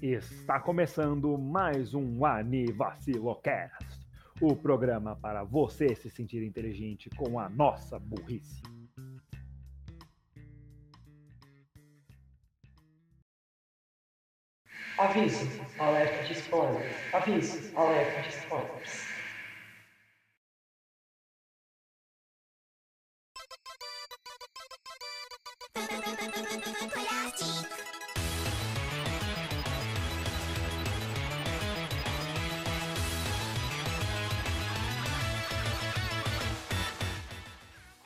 Está começando mais um Anivacilocast, o programa para você se sentir inteligente com a nossa burrice. Aviso, alerta de spoilers. Aviso, alerta de spoilers.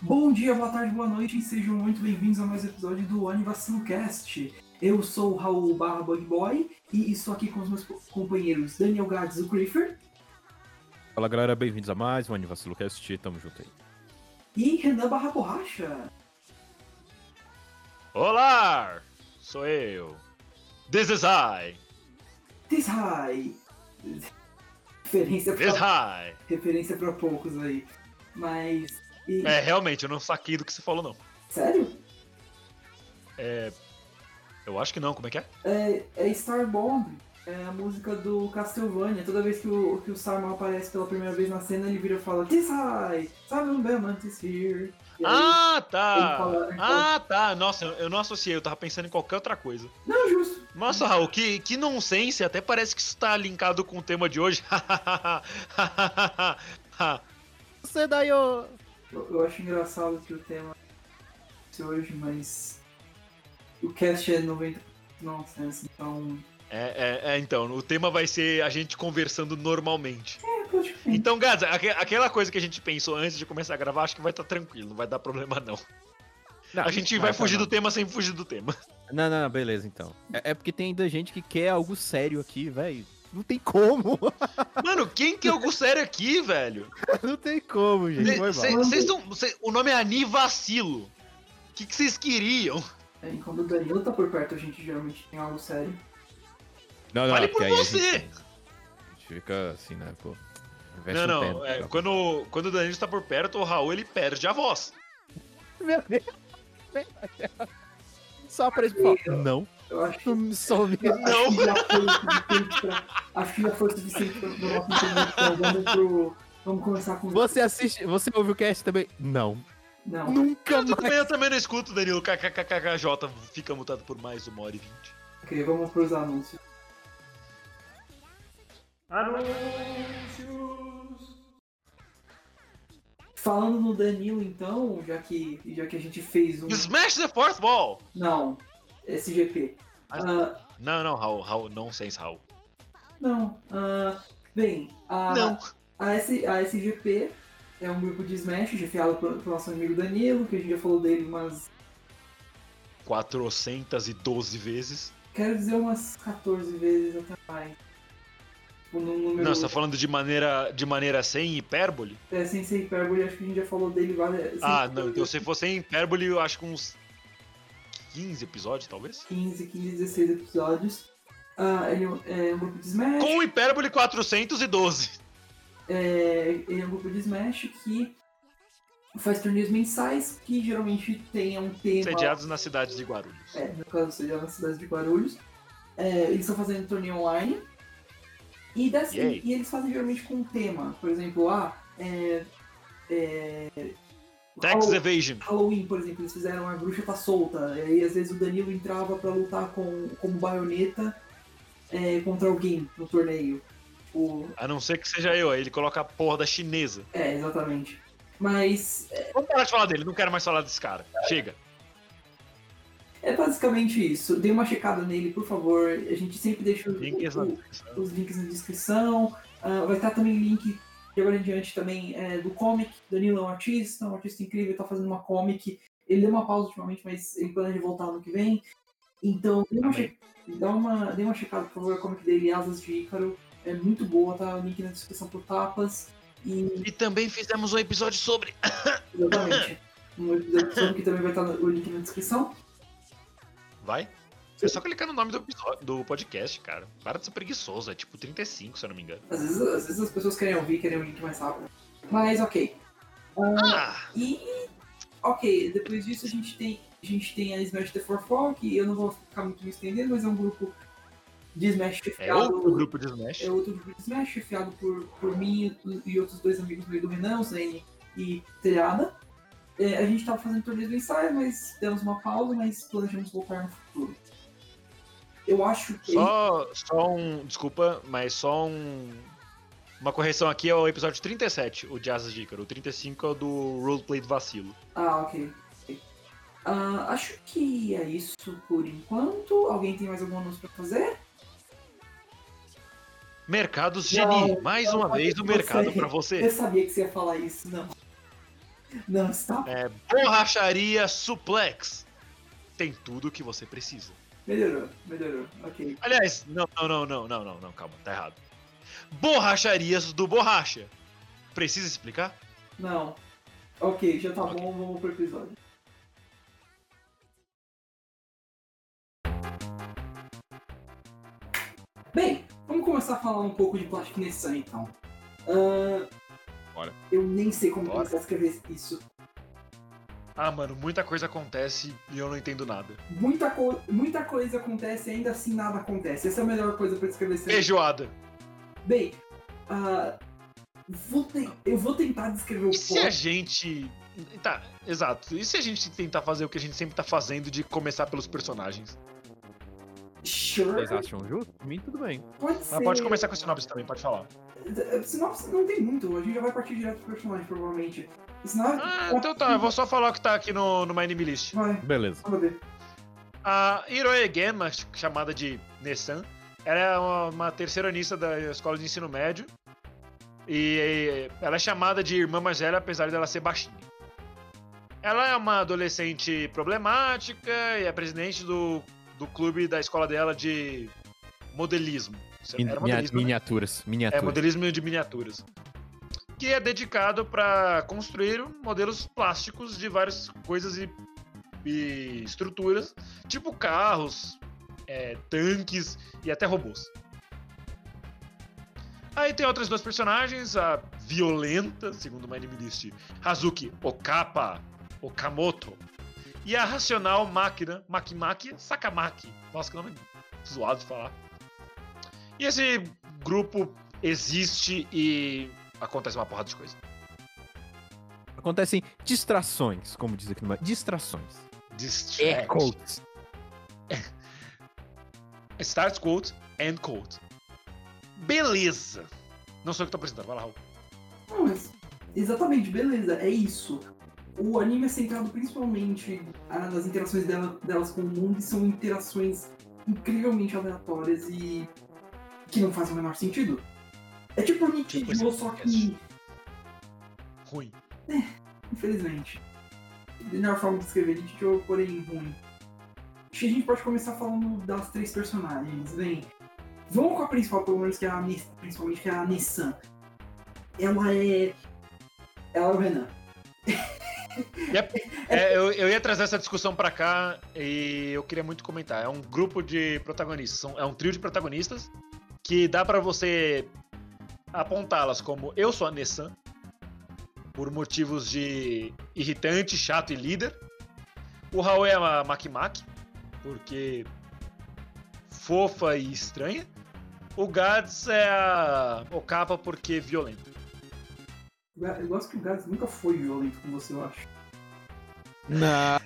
Bom dia, boa tarde, boa noite e sejam muito bem-vindos a mais um episódio do Anivacilocast. Eu sou o Raul barra Bug Boy e estou aqui com os meus co- companheiros Daniel Gades, o Creeper, Fala galera, bem-vindos a mais um AnivaciloCast, tamo junto aí. e Renan barra Borracha. Olá! Sou eu. This is I. This high! Referência This pra, I. referência pra poucos aí. Mas. e- É, realmente, eu não saquei do que você falou, não. Sério? É. Eu acho que não, como é que é? É, é Star Bomb, é a música do Castlevania. Toda vez que o, que o Samuel aparece pela primeira vez na cena, ele vira e fala: This high! Simon Belmont is here! E aí- Ah, ele tá! fala- ele fala- Ah, tá! Nossa, eu- eu não associei, eu tava pensando em qualquer outra coisa. Não, justo! Nossa, Raul, que, que nonsense, até parece que isso tá linkado com o tema de hoje. Você daí, ô... Eu, eu acho engraçado que o tema de hoje, mas o cast é 90 nonsense, então. é, é, é, então, o tema vai ser a gente conversando normalmente. É, praticamente. Então, Gads, aque- aquela coisa que a gente pensou antes de começar a gravar, acho que vai estar tranquilo, não vai dar problema não. A gente tá vai fugir do tema sem fugir do tema. Não, não, não, beleza então. É, é porque tem ainda gente que quer algo sério aqui, velho. Não tem como, Mano, quem que é algo sério aqui, velho? não tem como, gente. Foi mal. Vocês estão. cê- O nome é Anivacilo. O que vocês queriam? É, e quando o Danilo tá por perto, a gente geralmente tem algo sério. Não, não, Fale é por porque aí a você! gente- A gente fica assim, né, pô. Não, Investe um não. tempo, é, tá? quando, quando o Danilo está por perto, o Raul ele perde a voz. Meu Deus. Só pra isso, pô. Não, Eu acho que. não some. Acho que já foi suficiente pra, acho que já foi suficiente pra pra nossa introdução. Vamos pro. Vamos começar com. Você assiste, você ouve o cast também? Não. Não. Nunca Eu mais. também, eu também não escuto o Danilo. KKKKJ fica mutado por mais uma hora e vinte. Ok, vamos pros anúncios. Falando no Danilo, então, já que, já que a gente fez um. Smash the fourth ball! Não, SGP. Ah, Ah, Não, não, Raul, Raul, nonsense, Raul. não. ah, bem, a, Não. A, S, a SGP é um grupo de Smash, chefiado pelo pelo nosso amigo Danilo, que a gente já falou dele umas. 412 vezes. Quero dizer umas 14 vezes até mais. Tipo, num número. Não, você tá falando de maneira, de maneira sem hipérbole? É, sem ser hipérbole, acho que a gente já falou dele várias. assim, Ah, sem- não, então se fosse em hipérbole, eu acho que uns 15 episódios, talvez. 15, 15, 16 episódios. Ah, ele é um- é um grupo de Smash. Com hipérbole 412. É, ele é um grupo de Smash que faz torneios mensais que geralmente tem um tema. Sediados na cidade de Guarulhos. É, no caso, sediado na cidade de Guarulhos. É, eles estão fazendo torneio online. E, dessa- Yay. e eles fazem geralmente com um tema. Por exemplo, ah, é. é, Tax Hall- Evasion. Halloween, por exemplo, eles fizeram a bruxa tá solta. E aí, às vezes, o Danilo entrava pra lutar com, como baioneta é, contra alguém no torneio. Tipo, A não ser que seja eu, aí ele coloca a porra da chinesa. é, exatamente. Mas Vamos parar de falar dele, não quero mais falar desse cara. Chega. É basicamente isso. Dê uma checada nele, por favor. A gente sempre deixa o- Ninguém o- sabe. os links na descrição. Ah, vai estar também link de agora em diante também é, do comic. Danilo é um artista, um artista incrível, tá fazendo uma comic. Ele deu uma pausa ultimamente, mas ele planeja voltar ano que vem. Então, dê uma, Amém. che- dá uma, dê uma checada, por favor, a comic dele, Asas de Ícaro. É muito boa, tá? Link na descrição por tapas. E E também fizemos um episódio sobre. exatamente. Um episódio sobre que também vai estar o link na descrição. Vai? É só clicar no nome do, episódio, do podcast, cara. Para de ser preguiçoso, é tipo 35, se eu não me engano. Às vezes, às vezes as pessoas querem ouvir, querem um link mais rápido. Mas ok. Ah! E ok, depois disso a gente tem A gente tem a Smash The For Fall, que eu não vou ficar muito me estendendo, mas é um grupo de Smash É outro grupo de Smash. é outro grupo de Smash, chefiado por, por mim e e outros dois amigos meio do Renan, o Zane e Telhada. É, a gente tava fazendo torneio do ensaio, mas demos uma pausa, mas planejamos voltar no futuro. Eu acho que. Só, só um. Desculpa, mas só um. Uma correção aqui é o episódio 37, o de Asas de Ícaro. O 35 é o do Roleplay do Vacilo. Ah, ok. ok. Ah, acho que é isso por enquanto. Alguém tem mais algum anúncio pra fazer? Mercados Não, Geni, mais não, uma mas vez o você- mercado pra você. Eu sabia que você ia falar isso, não. Não, está. É borracharia suplex. Tem tudo o que você precisa. Melhorou, melhorou. Ok. Aliás, não, não, não, não, não, não, não, calma, tá errado. Borracharias do Borracha. Precisa explicar? Não. Ok, já tá Ok. bom, vamos pro episódio. Bem, vamos começar a falar um pouco de Plastic Nessan então. Ah, Bora. Eu nem sei como Bora. começar a escrever isso. Ah, mano, muita coisa acontece e eu não entendo nada. Muita, co- muita coisa acontece e ainda assim nada acontece. Essa é a melhor coisa pra descrever esse Feijoada. Bem, ah, vou te- eu vou tentar descrever o E se a plot. gente. Tá, exato. E se a gente tentar fazer o que a gente sempre tá fazendo de começar pelos personagens? Sure, Vocês acham justo? Por mim, tudo bem. pode Mas ser. Ah, pode começar com a sinopse também, pode falar. Eh, Sinopse não tem muito, a gente já vai partir direto pro personagem, provavelmente. é Sinopse. Ah, então tá, eu vou só falar o que tá aqui no, no My Anime List. Vai, Beleza. vamos ver. A Hiroe Genma, ch- chamada de Nessan, ela é uma, uma terceiranista da escola de ensino médio. E ela é chamada de irmã mais velha, apesar dela ser baixinha. Ela é uma adolescente problemática e é presidente do, do clube da escola dela de modelismo. Era Min- minha- modelismo, né? miniaturas, É, miniaturas. modelismo de miniaturas. Que é dedicado para construir modelos plásticos de várias coisas e, e estruturas, tipo carros, é, tanques e até robôs. Aí tem outras duas personagens, a violenta, segundo uma anime list, Hazuki Okapa Okamoto, e a racional Máquina, Makimaki Sakamaki. Nossa, que nome zoado de falar. E esse grupo existe e acontece uma porrada de coisa. Acontecem distrações, como diz aqui no. Distrações. É Distract. Quotes. Start quote, end quote. Beleza. Não sei o que tô apresentando, vai lá, Raul. Não, mas. Exatamente, beleza, é isso. O anime é centrado principalmente ah, nas interações dela- delas com o mundo, e são interações incrivelmente aleatórias e. que não fazem o menor sentido. É tipo o Nick Tipo esse só que. podcast. Ruim. Infelizmente. Melhor forma de escrever de jogo, porém ruim. Acho que a gente pode começar falando das três personagens. Bem, vamos com a principal, pelo menos, que é a Nis- principalmente que é a Nissan. Ela é. Ela é o Renan. É, eu, eu ia trazer essa discussão pra cá e eu queria muito comentar. É um grupo de protagonistas, são- é um trio de protagonistas que dá pra você apontá-las como eu sou a Nessan, por motivos de irritante, chato e líder. O Raul é a Makimak, porque fofa e estranha. O Gads é a Okapa porque violenta. Eu gosto que o Gads nunca foi violento com você, eu acho. Não.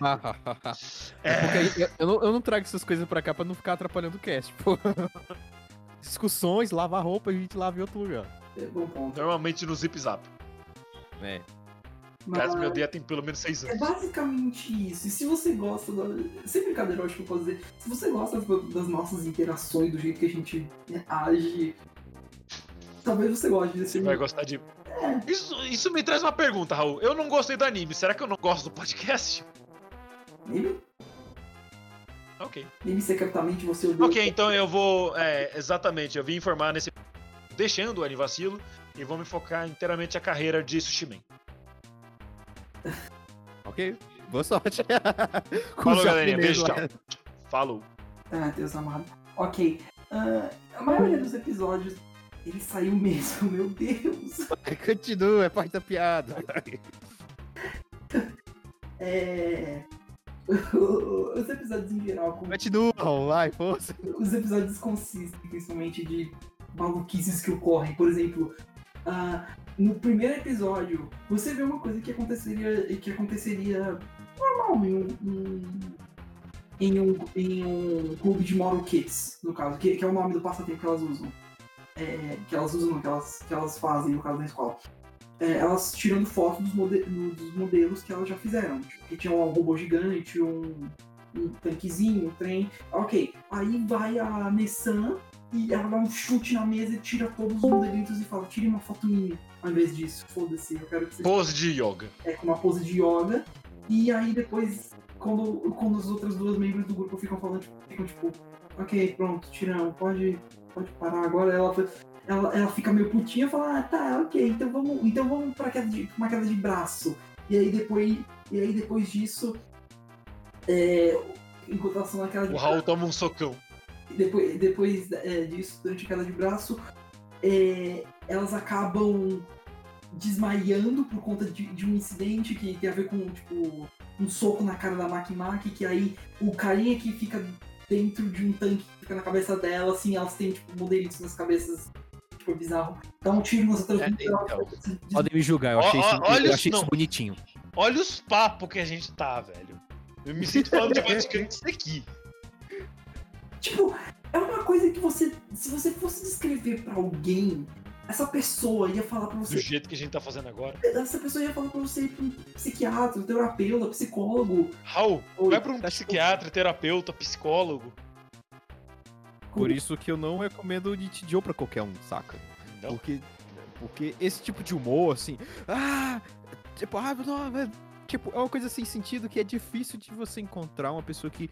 É porque eu, eu não, eu não trago essas coisas pra cá pra não ficar atrapalhando o cast, pô. Discussões, lavar roupa, a gente lava em outro lugar. É bom ponto. Normalmente no Zip Zap. É. O Gads me odeia tem pelo menos seis É anos. basicamente isso. E se você gosta da. é Sem brincadeira, eu acho que eu posso dizer. Se você gosta do- das nossas interações, do jeito que a gente né, age, talvez você goste desse Você vai gostar de. Isso, isso me traz uma pergunta, Raul. Eu não gostei do anime. Será que eu não gosto do podcast? anime. Ok. Anime secretamente você odeia. Ok, então eu vou. é, exatamente, eu vim informar nesse. Deixando o Anivacilo e vou me focar inteiramente a carreira de Sushi Man. Ok? Boa sorte. Com Falou, os galerinha. Beijo, japoneses lá. tchau. Falou. Ah, Deus amado. Ok. Ah, a maioria dos episódios ele saiu mesmo, meu Deus. Continua, é parte da piada. É. Os episódios em geral, com- Continuam, vai, força. os episódios consistem principalmente de maluquices que ocorrem. Por exemplo, ah, no primeiro episódio, você vê uma coisa que aconteceria, que aconteceria normal em um, em- em um, em um clube de Model Kids, no caso, que, que é o nome do passatempo que elas usam. É, que elas usam, não, que elas, que elas fazem, no caso, na escola. É, elas tirando fotos dos, mode- dos modelos que elas já fizeram. Tipo, que tinha um robô gigante, um, um tanquezinho, um trem. Ok, aí vai a Nessan e ela dá um chute na mesa e tira todos os modelitos e fala: tire uma foto minha. Ao invés disso, foda-se, eu quero que você Pose de yoga. é, com uma pose de yoga. E aí depois, quando, quando as outras duas membros do grupo ficam falando, tipo, ficam tipo, ok, pronto, tirão, pode, pode parar agora. Ela, foi- ela, ela fica meio putinha e fala, ah, tá, ok, então vamos, então vamos pra queda de, pra uma queda de braço. E aí depois, e aí depois disso, é, enquanto elas estão na queda de O Raul toma um socão. depois, depois é, disso, durante a queda de braço, é, elas acabam desmaiando por conta de, de um incidente que tem a ver com, tipo, um soco na cara da Maki Maki, que aí o carinha que fica dentro de um tanque que fica na cabeça dela, assim, elas têm, tipo, modelitos nas cabeças, tipo, é bizarro. Dá um tiro nas outras É, duas, elas então. se des- Podem me julgar, eu Ó, achei ó, isso, olha eu isso achei isso não. bonitinho. Olha os papos que a gente tá, velho. Eu me sinto falando de Vaticano isso daqui. Tipo, é uma coisa que você, se você fosse descrever pra alguém, essa pessoa ia falar pra Do você, jeito que a gente tá fazendo agora. essa pessoa ia falar pra você ir pra um psiquiatra, um terapeuta, psicólogo. Raul, Oi, vai pra um tá psiquiatra, terapeuta, psicólogo. Por isso que eu não recomendo o Nit Joe pra qualquer um, saca? Não. Porque, porque esse tipo de humor, assim. Ah! Tipo, ah, não, é- tipo, é uma coisa sem sentido que é difícil de você encontrar uma pessoa que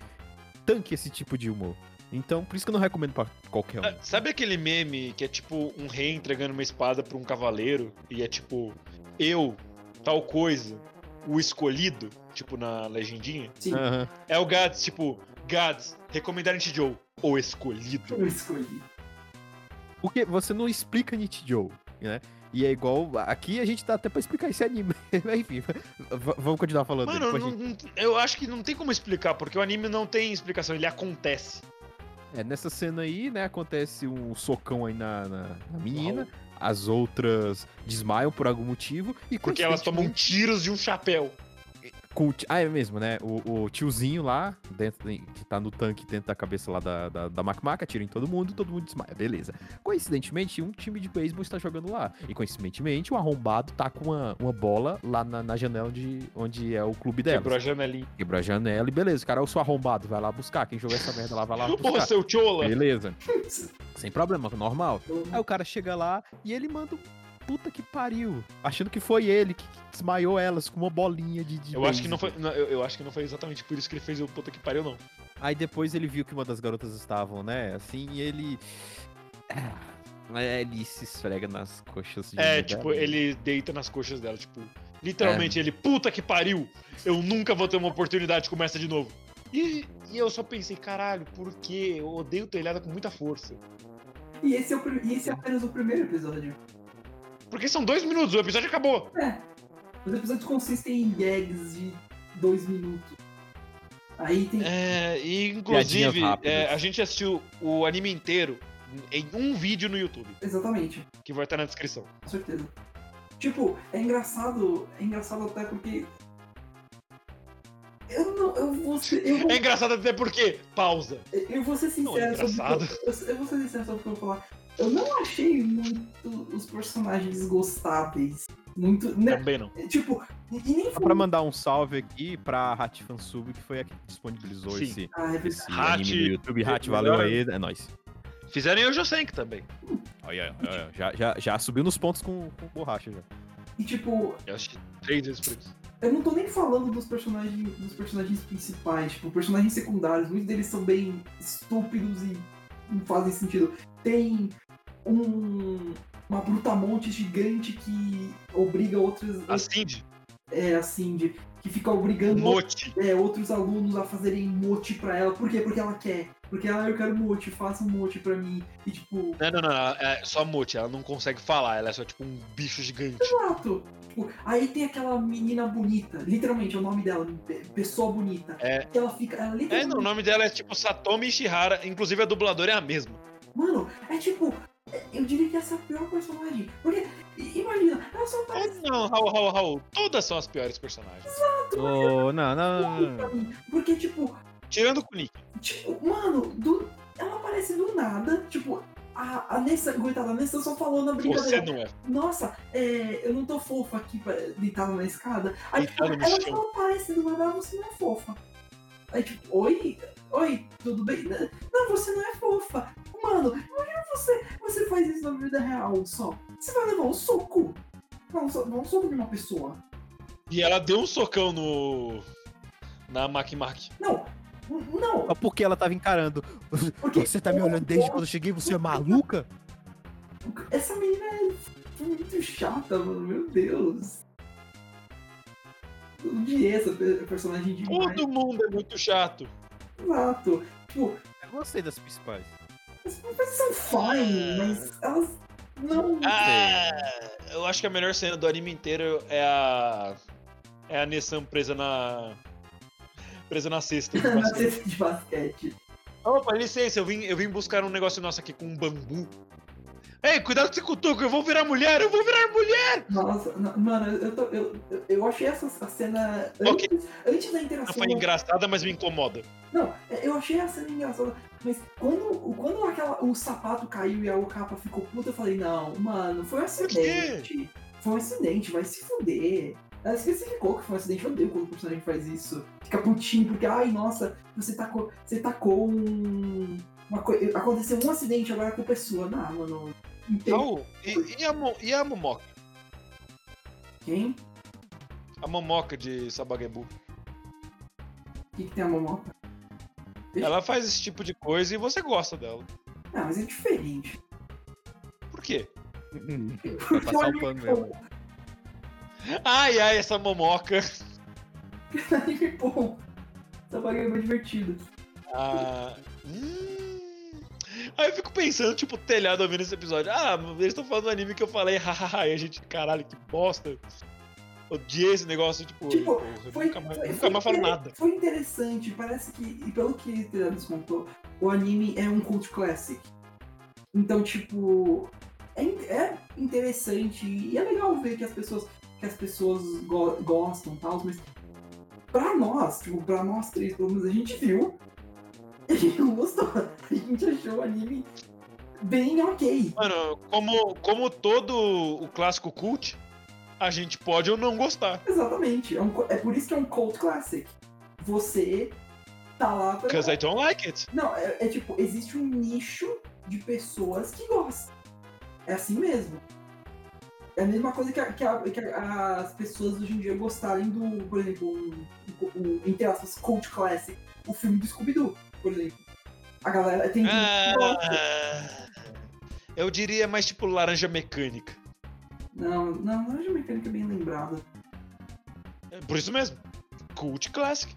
tanque esse tipo de humor. Então, por isso que eu não recomendo pra qualquer um. Ah, Sabe aquele meme que é tipo um rei entregando uma espada pra um cavaleiro e é tipo eu, tal coisa, o escolhido, tipo na legendinha? Sim, Aham. É o Gads, tipo, Gads, recomendar Nit Joe, o escolhido. eu escolhi. Porque você não explica Nit Joe, né? E é igual. Aqui a gente tá até pra explicar esse anime. Mas, Enfim, v- v- vamos continuar falando dele, Mano, depois a não- gente- não- eu acho que não tem como explicar, porque o anime não tem explicação, ele acontece. É, nessa cena aí, né, acontece um socão aí na, na- na menina, as outras desmaiam por algum motivo e Porque elas tomam constantemente- tiros de um chapéu. com o ti- Ah, é mesmo, né? O, o tiozinho lá, dentro, de- que tá no tanque dentro da cabeça lá da, da, da Macmaca, atira em todo mundo, todo mundo desmaia, beleza. Coincidentemente, um time de beisebol está jogando lá. E coincidentemente, o arrombado tá com uma, uma bola lá na, na janela de, onde é o clube delas. Quebrou a janelinha. Quebrou a janela e beleza, cara, eu sou arrombado, vai lá buscar. Quem jogou essa merda lá, vai lá Ô, Ah, é buscar. seu Chola! Beleza. Sem problema, normal. Então, Aí o cara chega lá e ele manda um puta que pariu. Achando que foi ele que que desmaiou elas com uma bolinha de. de Eu acho, que não foi, beisebol. não, eu, eu acho que não foi exatamente por isso que ele fez o puta que pariu, não. Aí depois ele viu que uma das garotas estavam, né? Assim, e ele. Ah, ele se esfrega nas coxas de É, uma tipo, delas. ele deita nas coxas dela, tipo, literalmente ele, puta que pariu, eu nunca vou ter uma oportunidade como essa de novo. E, e eu só pensei, caralho, por quê? Eu odeio telhada com muita força. E esse, é o, pri- e esse é apenas o primeiro episódio. Porque são dois minutos, o episódio acabou. Os episódios consistem em gags de dois minutos. Aí tem. É, e Piadinhas inclusive, rápidas. é, a gente assistiu o anime inteiro em um vídeo no YouTube, Exatamente, que vai estar na descrição. com certeza. Tipo, é engraçado. É engraçado até porque. Eu não. Eu vou ser. Eu vou, É engraçado até porque, pausa. eu vou ser Não, é sincero sobre. o que Eu, eu vou ser sincero sobre o que eu vou falar. Eu não achei muito os personagens gostáveis. Muito. Né? Também não. Tipo, e nem Só foi. pra mandar um salve aqui pra Hat Fansub, que foi a que disponibilizou Sim. esse, Ah, é verdade. esse Hat- anime no YouTube. Hat, valeu aí, é nóis. Fizeram eu Josenk também. Olha, olha, olha, já, já, já subiu nos pontos com, com borracha já. E tipo, Eu acho que três vezes por isso. Eu não tô nem falando dos personagens, dos personagens principais, tipo, personagens secundários, muitos deles são bem estúpidos e não fazem sentido. Tem um uma brutamonte gigante que obriga outras A Cindy. é a Cindy, que e fica obrigando Mote. é, outros alunos a fazerem mote pra ela. Por quê? Porque ela quer. Porque ela, eu quero mote, faça um mote pra mim. E tipo, Não, não, não. ela- É só Mote. Ela não consegue falar. Ela é só tipo um bicho gigante. Exato. Tipo, aí tem aquela menina bonita, literalmente é o nome dela, pe- pessoa bonita. É. Que Ela fica, ela É, não, literalmente. o nome dela é tipo Satomi Ishihara. Inclusive a dubladora é a mesma. Mano, é tipo, é- eu diria que essa é a pior personagem. Porque, i- imagina, ela só tá Ou parece Não, Raul, Raul, Raul. Todas são as piores personagens. Ô, não, não, ruim não, pra não. mim. Porque, tipo, Tirando o Kunik. tipo, mano, do- ela aparece do nada, tipo. A, a Nessa, coitada, a Nessa só falou na Você brincadeira. não é. Nossa, é, eu não tô fofa aqui pra- deitada na escada. Aí tipo, Deitada ela no chão. só aparece do nada, você não é fofa. Aí tipo, oi? Oi, tudo bem? N- Não, você não é fofa. Mano, imagina você, você faz isso na vida real só. Você vai levar um soco. Não, um so- não um soco de uma pessoa. E ela deu um socão no. Na Mac Mac. Não, n- não, Só porque ela tava encarando. porque Você tá me olhando desde quando eu cheguei, você é maluca? essa menina é muito chata, mano, meu Deus. Eu odiei essa pe- personagem demais. Todo mundo é muito chato. Exato. Tipo, Eu gostei das principais. As pessoas são fine, mas elas não. Ah, eu acho que a melhor cena do anime inteiro é a. É a Nessan presa na. Presa na cesta. na cesta tipo de basquete. Opa, licença, eu vim, eu vim buscar um negócio nosso aqui com um bambu. Ei, cuidado com esse cutuco, eu vou virar mulher, eu vou virar mulher! Nossa, na- mano, eu, tô- eu, eu- eu achei essa a cena. Ok. Tá Antes, antes da Não interação. foi engraçada, mas me incomoda. Não, é, eu achei a cena engraçada. Mas quando, quando aquela, o sapato caiu e a capa ficou puta, eu falei, não, mano, foi um acidente. Foi um acidente, vai se fuder. Ela especificou que foi um acidente, eu odeio quando o personagem faz isso. Fica putinho, porque, ai, nossa, você tacou. Você tacou um. Uma coi- Aconteceu um acidente, agora a culpa é sua. Não, mano. Entende Raul, e, e a, Mo- e a Momoca? quem? A Momoca de Sabagebu. O que, que tem a momoca? Ela faz esse tipo de coisa e você gosta dela. Não, mas é diferente. Por quê? Vai passar o pano mesmo. Ai, ai, essa Momoca. anime bom. tá Essa bagulho é muito divertida. Ah, hum. Aí eu fico pensando, tipo, o telhado ouvindo esse episódio. Ah, eles estão falando do anime que eu falei, hahaha, e a gente, caralho, que bosta. Odiei esse negócio, tipo, Tipo, eu- eu Foi, nunca mais, foi- nunca foi mais falo inter- nada. Foi interessante, parece que, e pelo que o Teranos contou, o anime é um cult classic. Então, tipo, é, in- é interessante e é legal ver que as pessoas, que as pessoas go- gostam e tal, mas pra nós, tipo, pra nós três, pelo menos a gente viu, e a gente não gostou, a gente achou o anime bem ok. Mano, como, como todo o clássico cult, a gente pode ou não gostar. Exatamente, é, um co- é por isso que é um cult classic. Você tá lá pra... Because I don't like it. Não, é, é tipo, existe um nicho de pessoas que gostam. É assim mesmo. É a mesma coisa que, a- que a- que a- as pessoas hoje em dia gostarem do, por exemplo, um, um, entre aspas, cult classic, o filme do Scooby-Doo, por exemplo. A galera tem gente que gosta. Ah, eu diria mais tipo laranja mecânica. Não, não, não é mecânica bem lembrada. É Por isso mesmo. Cult classic.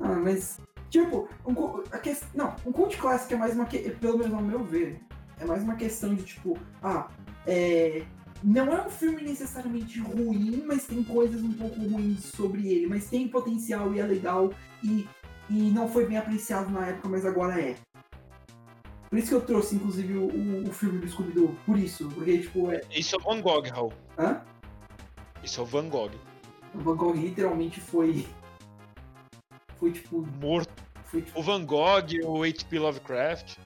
Ah, mas, tipo, um, cu- a ques- não, um cult classic é mais uma que, pelo menos ao meu ver, é mais uma questão de tipo, ah, é, não é um filme necessariamente ruim, mas tem coisas um pouco ruins sobre ele, mas tem potencial e é legal e, e não foi bem apreciado na época, mas agora é. Por isso que eu trouxe, inclusive, o, o- o filme do Scooby-Doo. Por isso, porque, tipo, é. Isso é o Van Gogh, Raul. Hã? Isso é o Van Gogh. O Van Gogh literalmente foi. Foi tipo. Morto. Foi tipo. O Van Gogh, o H.P. Lovecraft.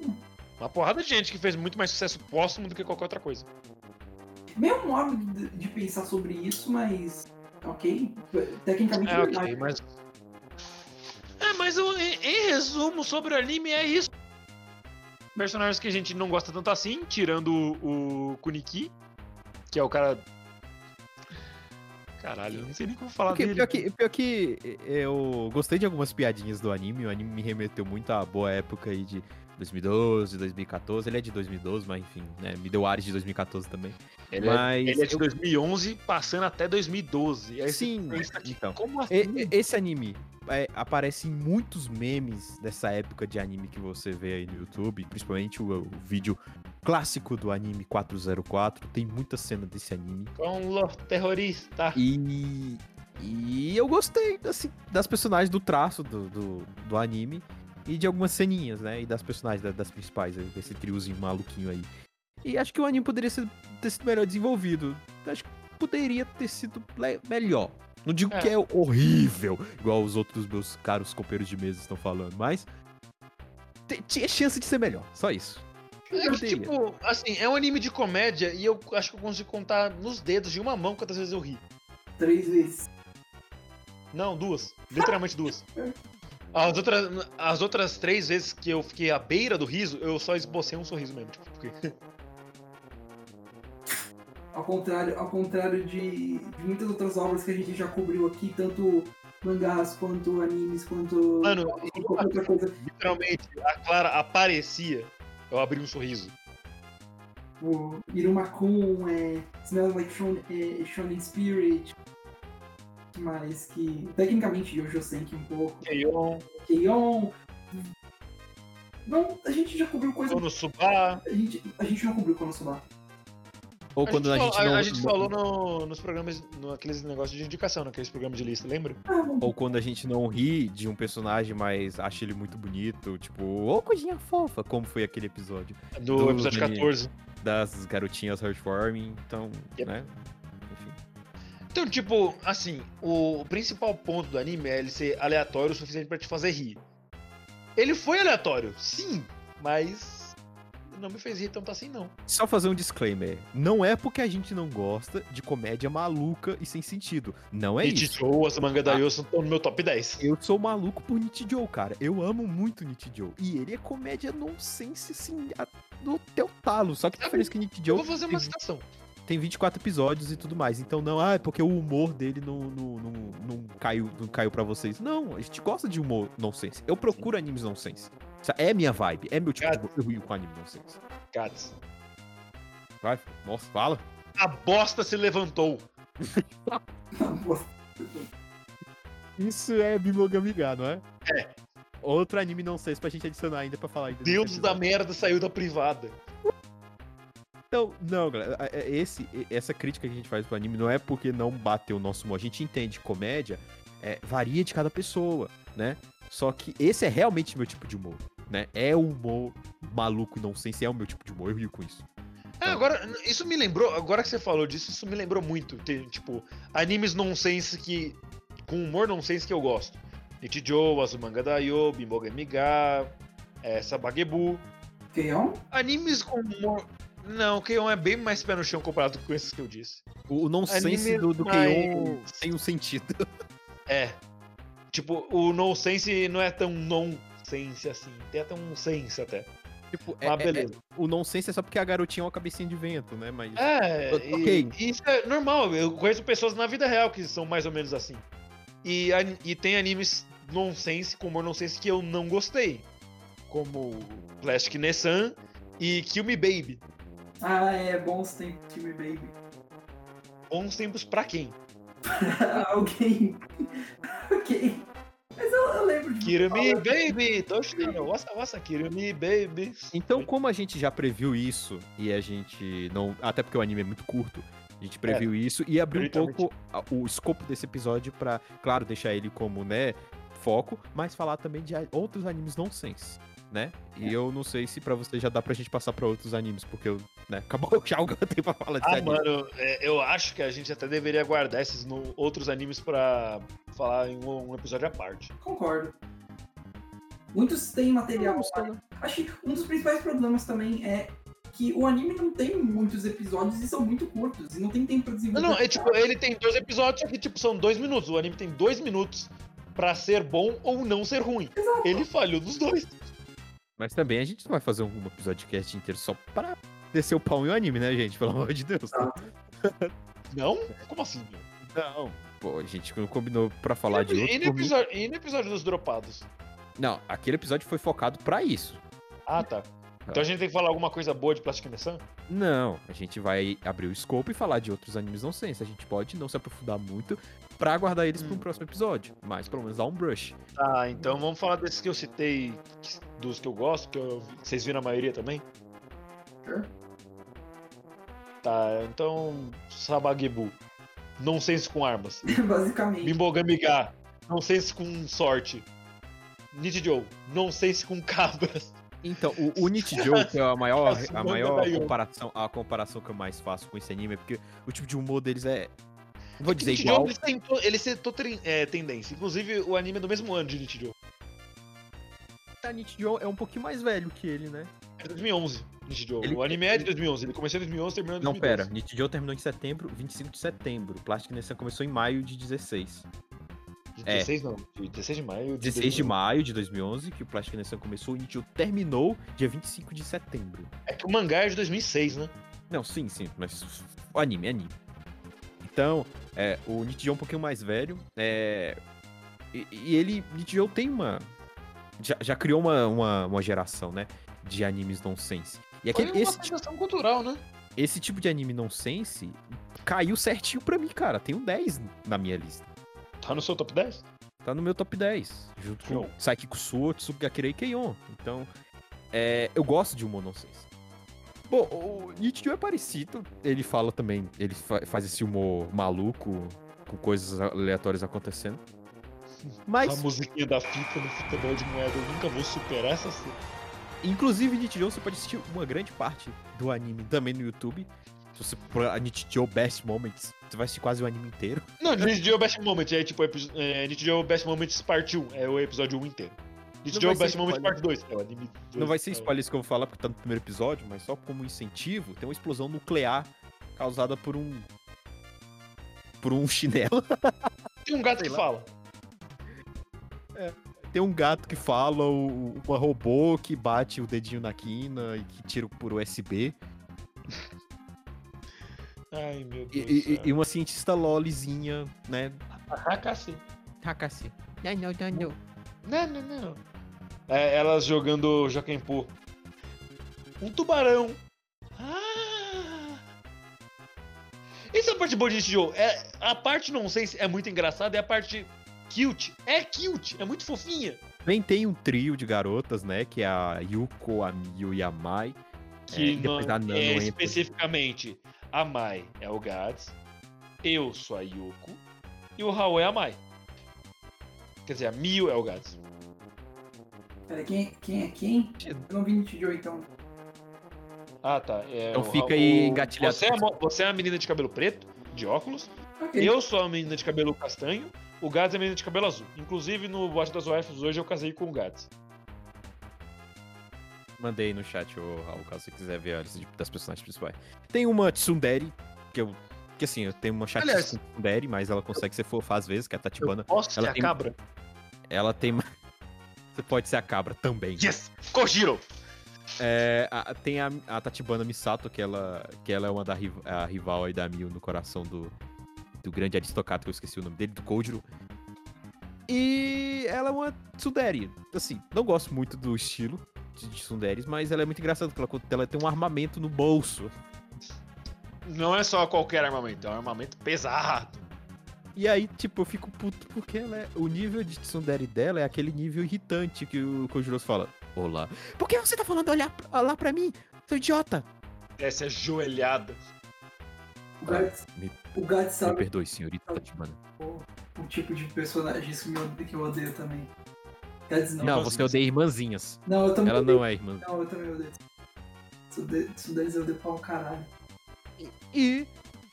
Hum. Uma porrada de gente que fez muito mais sucesso póstumo do que qualquer outra coisa. Meio modo de, de pensar sobre isso, mas. Ok? Tecnicamente É, verdade. ok, mas. É, mas eu- em, em resumo sobre o anime é isso. Personagens que a gente não gosta tanto assim, tirando o, o Kuniki, que é o cara. Caralho, eu não sei nem como falar Porque dele. pior, velho. que, pior que eu gostei de algumas piadinhas do anime. O anime me remeteu muito à boa época aí de 2012, 2014. Ele é de 2012, mas enfim, né? Me deu ares de 2014 também. Ele, mas é, ele é de 2011, passando até 2012. E aí você Sim, pensa que, então. Como assim? E- e- Esse anime é, aparece em muitos memes dessa época de anime que você vê aí no YouTube, principalmente o, o vídeo clássico do anime 404. Tem muita cena desse anime. Com los É um terrorista. E, e eu gostei assim, das personagens, do traço do, do, do anime e de algumas ceninhas, né? E das personagens, da- das, principais, aí, desse triozinho maluquinho aí. E acho que o anime poderia ser- ter sido melhor desenvolvido. Acho que poderia ter sido le- melhor. Não digo É. que é horrível, igual os outros meus caros companheiros de mesa estão falando, mas te- tinha chance de ser melhor, só isso. É que, Poderia. tipo, assim, é um anime de comédia e eu acho que eu consigo contar nos dedos de uma mão quantas vezes eu ri. Três vezes. Não, duas. Literalmente duas. As outras, as outras três vezes que eu fiquei à beira do riso, eu só esbocei um sorriso mesmo. Tipo, porque... Ao contrário, ao contrário de, de muitas outras obras que a gente já cobriu aqui, tanto mangás quanto animes, quanto, Mano, quanto qualquer outra coisa. literalmente, a Clara aparecia, eu abri um sorriso. O Irumakun, é, Smells Like Shonen, é, Shonen Spirit, mas que tecnicamente Yojo Senki um pouco. Keion, Keion. Não, a gente já cobriu coisa. Konosuba. A gente, a gente não cobriu Konosuba. Ou quando a gente, falou, não, a gente não- falou no- nos programas, naqueles negócios de indicação, naqueles programas de lista, lembra? Ah, bom. Ou quando a gente não ri de um personagem, mas acha ele muito bonito, tipo, ou coisinha fofa, como foi aquele episódio Do, Do episódio anime. 14. das garotinhas heartwarming, então, Yep. né? Enfim. Então, tipo, assim, o, o principal ponto do anime é ele ser aleatório o suficiente pra te fazer rir. Ele foi aleatório, sim, mas não me fez rir tanto assim, não. Só fazer um disclaimer. Não é porque a gente não gosta de comédia maluca e sem sentido. Não é e isso. Ah. Tichou, as manga da Yosun estão no meu top 10. Eu sou maluco por Nitijou, cara. Eu amo muito Nitijou. E ele é comédia nonsense, assim, a- do teu talo. Só que a Sabe, diferença é que Eu Nitijou vou fazer uma citação. tem 24 episódios e tudo mais. Então não, ah, é porque o humor dele não, não, não, não caiu, não caiu para vocês. Não, a gente gosta de humor nonsense. Eu procuro animes nonsense. Essa É minha vibe, é meu tipo de humor. Eu rio com anime nonsense. Gats. Vai, nossa, fala. A bosta se levantou. Isso é Bimogami Ga, não é? É. Outro anime nonsense pra gente adicionar ainda pra falar ainda. Deus da merda saiu da privada. Então, não, galera, a- a- esse, essa crítica que a gente faz pro anime não é porque não bateu o nosso humor. A gente entende que comédia é, varia de cada pessoa, né? Só que esse é realmente meu tipo de humor, né? É o humor maluco e nonsense, é o meu tipo de humor, eu rio com isso. É, agora, isso me lembrou, agora que você falou disso, isso me lembrou muito. Tem, tipo, animes nonsense que. com humor nonsense que eu gosto. Nichijou, Azumanga Daioh, Bimogami Ga, é, Sabagebu. Keion? Animes com humor. Não, o Keion é bem mais pé no chão comparado com esses que eu disse. O, o nonsense Anime do, do mais- Keion tem um sentido. É. Tipo, o nonsense não é tão nonsense assim. Tem até um sense até. tipo, é, Mas é- é- beleza. o nonsense é só porque a garotinha é uma cabecinha de vento, né? Mas. É, O- e- ok. e isso é normal. Eu conheço pessoas na vida real que são mais ou menos assim. E, an- e tem animes nonsense, com humor nonsense que eu não gostei. Como Plastic Nessan e Kill Me Baby. Ah, é bons tempos, time baby. Bons tempos pra quem? Alguém. Ah, ok. Mas eu, eu lembro de. Kill Me Baby! Toshiro, nossa, nossa, Kill Me Baby. Então, como a gente já previu isso, e a gente não. Até porque o anime é muito curto, a gente previu isso e abriu um É. Literalmente. pouco a- o escopo desse episódio pra, claro, deixar ele como, né, foco, mas falar também de a- outros animes nonsense, né? E É. eu não sei se pra você já dá pra gente passar pra outros animes, porque eu, né, acabou já o que eu tenho pra falar desse Ah, anime. mano, é, eu acho que a gente até deveria guardar esses no- outros animes pra falar em um, um episódio à parte. Concordo. Muitos têm material. Não sei, não. Acho que um dos principais problemas também é que o anime não tem muitos episódios e são muito curtos. E não tem tempo pra desenvolver. Não, não, é tipo, ele tem dois episódios, só que tipo, são dois minutos. O anime tem dois minutos pra ser bom ou não ser ruim. Exato. Ele falhou dos dois. Mas também a gente não vai fazer um episódio de cast inteiro só pra descer o pau em um anime, né, gente? Pelo amor de Deus. Não? Como assim? meu? Não. Pô, a gente não combinou pra falar de e, outro. no por mim- episódio, e no episódio dos dropados? Não, aquele episódio foi focado pra isso. Ah, tá. Então a gente tem que falar alguma coisa boa de Plastic Messan? Não, a gente vai abrir o scope e falar de outros animes não sense. A gente pode não se aprofundar muito pra guardar eles pra um Hum. próximo episódio, mas pelo menos dar um brush. Tá, então vamos falar desses que eu citei, que- dos que eu gosto, que eu- vocês viram a maioria também? Sure. Tá, então. Sabagebu. Nonsense com armas. Basicamente. Bimbogamiga. Nonsense com sorte. Nidjou. Nonsense com cabras. Então, o, o Nichijou, que é a maior, a Nossa, maior manda daí, ó. comparação, a comparação que eu mais faço com esse anime é porque o tipo de humor deles é. não Vou dizer Nitijou, igual. ele tentou, ele tentou trin- é, tendência. Inclusive, o anime é do mesmo ano de Nitijou. A Nichijou é um pouquinho mais velho que ele, né? É de 2011, Nitijou. Ele- O anime é de 2011. Ele começou em 2011, terminou em Não, 2012. pera. Nichijou terminou em setembro, 25 de setembro. Plastic Nessan começou em maio de 16. De É. 16 não. De 16 de maio. 16 de 2011. maio de 2011, que o Plastic Nessan começou, o Nichijou terminou dia 25 de setembro. É que o mangá é de 2006, né? Não, sim, sim, mas o anime, é anime. Então, é, o Nichijou é um pouquinho mais velho, é, e, e ele, Nichijou tem uma, já, já criou uma, uma, uma geração, né, de animes nonsense. E Foi aquele, uma esse, tipo- apresentação cultural, né? esse tipo de anime nonsense caiu certinho pra mim, cara, tem um 10 na minha lista. Tá no seu top 10? Tá no meu top 10, junto com Show. Saiki Kusuo, Tsugakirei Keion. Então, é, eu gosto de humor nonsense. Bom, o Nichijou é parecido. Ele fala também, ele fa- faz esse humor maluco, com coisas aleatórias acontecendo. A Mas, musiquinha da fita no futebol de moeda, eu nunca vou superar essa cena. inclusive, Nichijou você pode assistir uma grande parte do anime também no YouTube. Se você pôr a Nichijou Best Moments, você vai assistir quase o anime inteiro. Não, Nitijou Best Moment, é tipo, epi- é, Nitijou Best Moments Part 1, é o episódio 1 inteiro. Nitijou vai ser Best Moments spoiler. Part 2, é o anime. Não dois, vai ser é o- spoilers que eu vou falar, porque tá no primeiro episódio, mas só como incentivo, tem uma explosão nuclear causada por um. Por um chinelo. Tem um gato Sei que lá. fala. Tem um gato que fala, o- uma robô que bate o dedinho na quina e que tira por USB. Ai, meu E, Deus. do e- céu. e uma cientista lolizinha, né? Hakase. Hakasi. Não, não, não. É, elas jogando Jokenpo. Um tubarão. Ah! Essa é a parte boa de Nitijou. É, a parte nonsense é muito engraçada e a parte cute é cute, é muito fofinha. Também tem um trio de garotas, né? Que é a Yuko, a Miyu e a Mai. É, que e depois não- a Nano é entra. especificamente a Mai é o Gads, eu sou a Yoko e o Raul é a Mai. Quer dizer, a Mio é o Gads. Pera, quem, é- quem é quem? Eu não vi no Tijou, então. Ah, tá. é Então o fica Raul- aí engatilhado. Você é, a, mo- você é a menina de cabelo preto, de óculos. Ok. Eu sou a menina de cabelo castanho. O Gads é a menina de cabelo azul. Inclusive, no Watch das Waifus hoje eu casei com o Gads. Mandei no chat, ô Raul, caso você quiser ver a lista de- das personagens principais. Tem uma Tsundere, que eu. Que assim, eu tenho uma chatice Aliás- com Tsundere, mas ela consegue ser fofa às vezes, que é a Tatibana. Posso Ela ser a tem- cabra? Ela tem. ma- Você pode ser a cabra também. Yes! Kojiro! É, a- tem a, a Tatibana Misato, que ela, que ela é uma da riv- a rival aí da Miu no coração do, do grande aristocrata, que eu esqueci o nome dele, do Kojiro. E ela é uma Tsundere. Assim, não gosto muito do estilo de, de Tsunderes, mas ela é muito engraçada, porque ela, co- ela tem um armamento no bolso. Não é só qualquer armamento, é um armamento pesado. E aí, tipo, eu fico puto porque ela é- o nível de tsundere dela é aquele nível irritante que o Kojiroso fala. Olá. Por que você tá falando olhar pra- lá pra mim, seu idiota? Essa é joelhada. O Gats, Me- o Gats Me sabe perdoe, senhorita Tatibana. o tipo de personagens que eu, que eu odeio também. Gats não. Não, você odeia irmãzinhas. Não, eu também Ela odeio. não é irmã. Não, eu também odeio. Isso de- Isso deles eu odeio pra um caralho. E,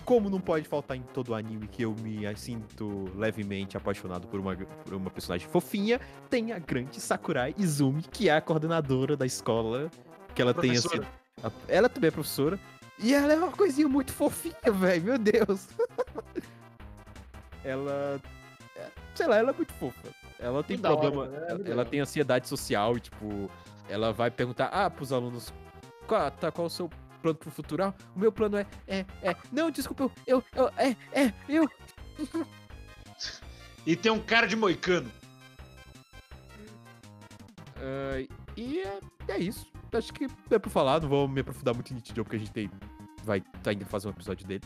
como não pode faltar em todo anime que eu me ah, sinto levemente apaixonado por uma, por uma personagem fofinha, tem a grande Sakurai Izumi, que é a coordenadora da escola. Que ela tem assim. Professora. a- Ela também é professora. E ela é uma coisinha muito fofinha, velho. Meu Deus. ela. é, Sei lá, ela é muito fofa. Ela tem Muito da hora, problema. né? ela, Muito ela legal. tem ansiedade social, e, tipo, ela vai perguntar, ah, pros alunos, qual, tá, qual o seu plano pro futuro? Ah, o meu plano é, é, é, não, desculpa, eu, eu, eu é, é, eu. E tem um cara de moicano. Ah, e é, é isso. acho que é pra falar, não vou me aprofundar muito em Nitidio, porque a gente tem, vai ainda fazer um episódio dele.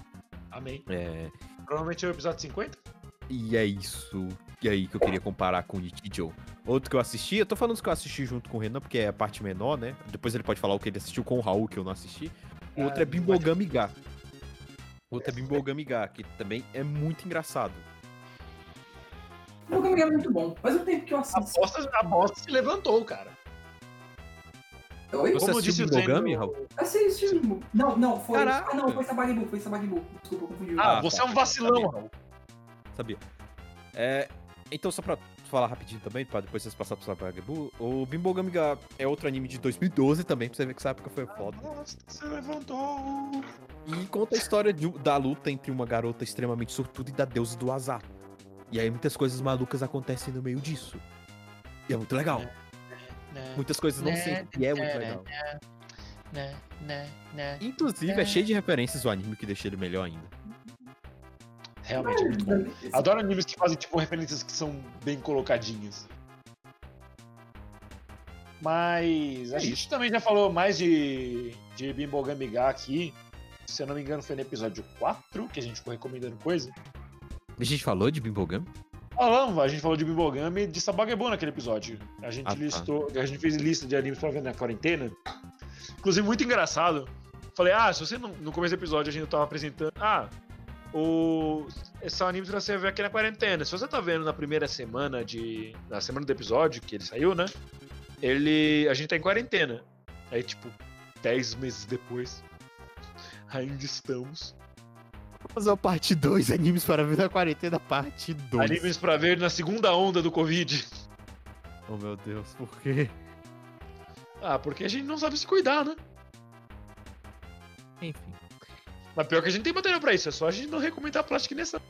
Amei. É, Provavelmente é o episódio 50. e é isso. E aí que eu queria comparar com o Nitidio. Outro que eu assisti, eu tô falando os que eu assisti junto com o Renan, porque é a parte menor, né? Depois ele pode falar o que ele assistiu com o Raul, que eu não assisti. O outro é Bimbogami Ga. O outro é Bimbogami Ga, que também é muito engraçado. O Gamma é muito bom. Faz um tempo que eu A assisto. bosta, a bosta se levantou, cara. Ah, Oi? Você Como assistiu disse o Bimbogami, Zeno- Raul? Assisti. Não, não, foi. Caraca. Ah, não, foi Sabagibu, foi Sabagibu. Desculpa, eu confundi. Ah, Ah, você tá. é um vacilão, Raul. Sabia. É, então, só pra falar rapidinho também, pra depois vocês passarem pro Sabagabu, o Bimbogami Ga é outro anime de 2012 também, pra você ver que essa época foi foda. bosta se levantou. E conta a história de- um, da luta entre uma garota extremamente sortuda e da deusa do azar. E aí muitas coisas malucas acontecem no meio disso. E é muito legal. Muitas coisas não sei, e é muito legal. Inclusive, né, é cheio de referências o anime que deixa ele melhor ainda. Realmente é muito bom. Adoro animes que fazem tipo referências que são bem colocadinhas. Mas a É gente também já falou mais de, de Bimbogami Ga aqui. Se eu não me engano, foi no episódio 4 que a gente ficou recomendando coisa. A gente falou de Bimbogami? Falamos, a gente falou de Bimbogami e de Sabagebu naquele episódio. A gente Ah, tá. listou, a gente fez lista de animes pra ver na quarentena. Inclusive, muito engraçado. Falei, ah, se você não. No começo do episódio a gente tava apresentando. Ah, o. São animes pra você ver aqui na quarentena. Se você tá vendo na primeira semana de. Na semana do episódio, que ele saiu, né? Ele. A gente tá em quarentena. Aí, tipo, 10 meses depois. Ainda estamos. Vamos fazer a parte 2, animes para ver na quarentena, parte 2. Animes pra ver na segunda onda do Covid. Oh meu Deus, por quê? Ah, porque a gente não sabe se cuidar, né? Enfim. Mas pior que a gente tem material pra isso, é só a gente não recomendar plástico nessa.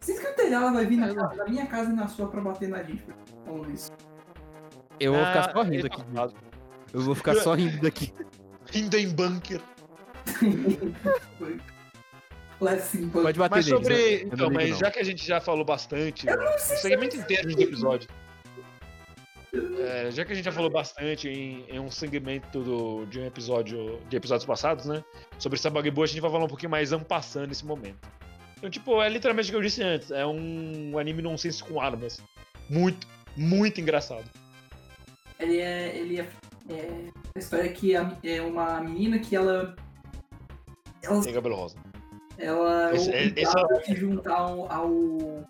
Se escantejar, ela vai vir na, casa- na minha casa e na sua pra bater na gente. Falando isso. Eu vou Ah, ficar só rindo ele aqui. tá Eu vou ficar só rindo daqui. Hindenbunker. Tá Foi. Let's see, foi. Pode bater Mas neles, sobre. né? Eu não Então, ligo, mas não. já que a gente já falou bastante, Eu não o sei se segmento inteiro do episódio. É, já que a gente já falou bastante em, em um segmento do- de um episódio. de episódios passados, né? Sobre Sabagebu, a gente vai falar um pouquinho mais ampassando nesse momento. Então, tipo, é literalmente o que eu disse antes. É um anime nonsense com armas. Muito, muito engraçado. ele é, ele é, é a história é que a- é uma menina que ela ela, Tem cabelo rosa. ela é Esse- é- esse obrigada a se juntar ao, ao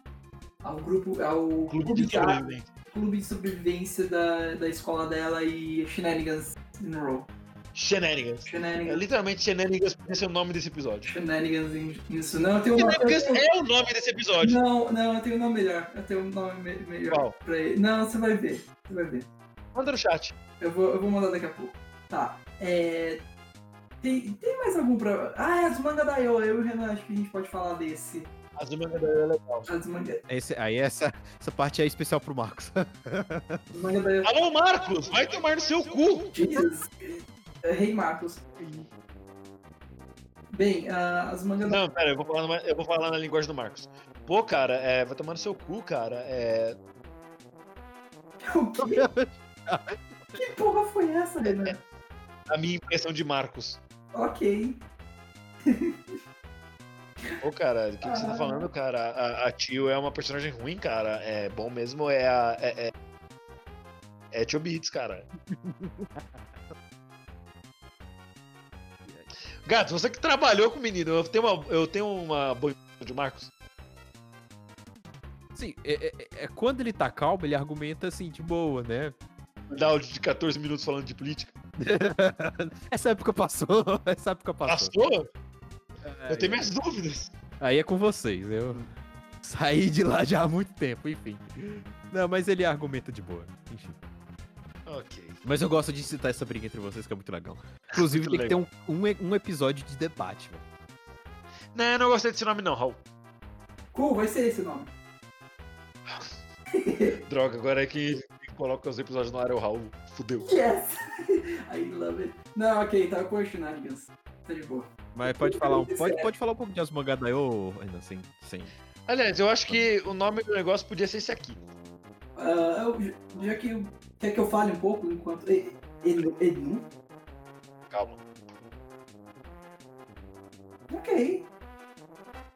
ao grupo ao Clube de ar- sobrevivência. clube de sobrevivência da, da escola dela e Shenanigans in Row. Shenanigans. É, Shenanigans, literalmente, Shenanigans podia ser o nome desse episódio. Shenanigans in, isso não, eu tenho uma Shenanigans eu- é o nome desse episódio. não, não, eu tenho um nome melhor. Eu tenho um nome me- melhor Qual? pra ele. Não, você vai ver. Você vai ver. Manda no chat. Eu vou, eu vou mandar daqui a pouco. Tá. É. Tem, tem mais algum pra. Ah, as manga da Yo. Eu e o Renan, acho que a gente pode falar desse. Azuma Gabriel é legal. As manga, Esse- aí essa, essa parte é especial pro Marcos. as manga da Yo. Alô, Marcos! Vai tomar no seu cu! Jesus. É, Rei Marcos. Bem, ah, as manga da Não, pera, eu vou falar, numa- eu vou falar na linguagem do Marcos. Pô, cara, é, vai tomar no seu cu, cara. É, O quê? Que porra foi essa, Renan? a minha impressão de Marcos. Ok. Pô, cara, o que, que você tá Ah. falando, cara? A, a Tio é uma personagem ruim, cara. É bom mesmo, é a. É, é, é Tio Beats, cara. Gato, você que trabalhou com o menino, eu tenho uma, eu tenho uma boa impressão de Marcos. Sim, é, é- é- quando ele tá calmo, ele argumenta assim, de boa, né? Dá áudio de 14 minutos falando de política. Essa época passou, essa época passou. Passou? É, Eu tenho minhas dúvidas. Aí é com vocês, eu saí de lá já há muito tempo, enfim. Não, mas ele argumenta de boa, enfim. Ok. Mas eu gosto de citar essa briga entre vocês, que é muito legal. Inclusive, Muito tem que ter um, um, e- um episódio de debate, velho. Não, eu não gostei desse nome não, Raul. Cool, vai ser esse o nome. Droga, agora é que quem coloca os episódios no ar é o Raul. Fudeu. Yes! I love it. Não, ok, tá com o Shenanigans. Tá de boa. Mas pode falar um, pode, pode falar um pouco de Asmangadaio, Renan, sem, sem Aliás, eu acho que o nome do negócio podia ser esse aqui. Ah, eu- já que eu- quer que eu fale um pouco enquanto. E- Ele, ele não? Calma. Ok.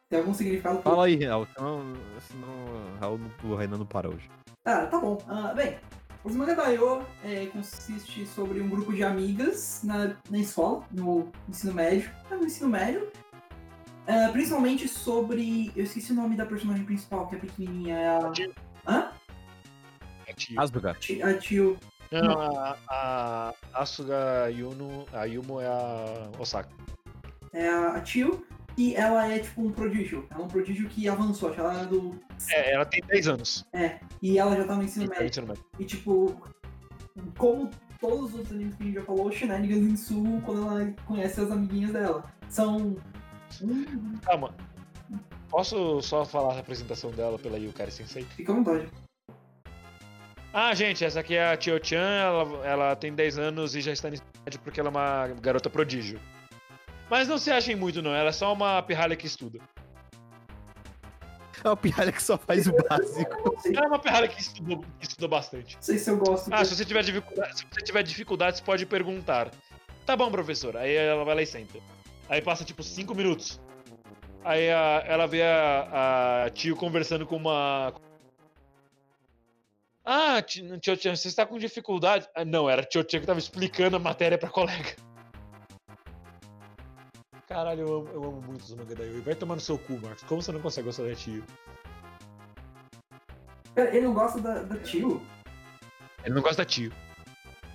Tem algum significado? Fala aí, Real. Senão, senão Raul não- o Renan não para hoje. Ah, tá bom. Ah, bem, os Mangadaiô é, consiste sobre um grupo de amigas na, na escola, no ensino médio. É, no ensino médio. Ah, principalmente sobre. Eu esqueci o nome da personagem principal, que é pequenininha. É a. Tio. Hã? Asbugar. Ti- A tio. Não, a, a Asuga Yuno, a Yumo é a Osaka. É a, a tio. E ela é tipo um prodígio. Ela é um prodígio que avançou. acho que Ela é do. É, ela tem 10 anos. E ela já tá no ensino Então, médio. ensino médio. E tipo, como todos os outros animes que a gente já falou, Shenanigans em Sul, quando ela conhece as amiguinhas dela. São. Hum, Calma. Posso só falar a apresentação dela pela Yukari Sensei? fica à vontade. Ah, gente, essa aqui é a Tio Chan, ela, ela tem 10 anos e já está na idade porque ela é uma garota prodígio. Mas não se achem muito, não, ela é só uma pirralha que estuda. É uma pirralha que só faz o básico. Não sei, não Ela é uma pirralha que estudou, que estudou bastante. sei se eu gosto. Ah, se você tiver dificuldades, se você tiver dificuldades, pode perguntar. Tá bom, professor. Aí ela vai lá e senta. Aí passa tipo 5 minutos. Aí a- ela vê a, a tio conversando com uma. Ah, ti- tio Tian, você está com dificuldade? Ah, não, era a tio Tian que tava explicando a matéria pra colega. Caralho, eu amo, eu amo muito os mangá da Yui. Vai tomar no seu cu, Marcos. Como você não consegue gostar da tio? Pera, ele não gosta da, da Tio. Ele não gosta da tio.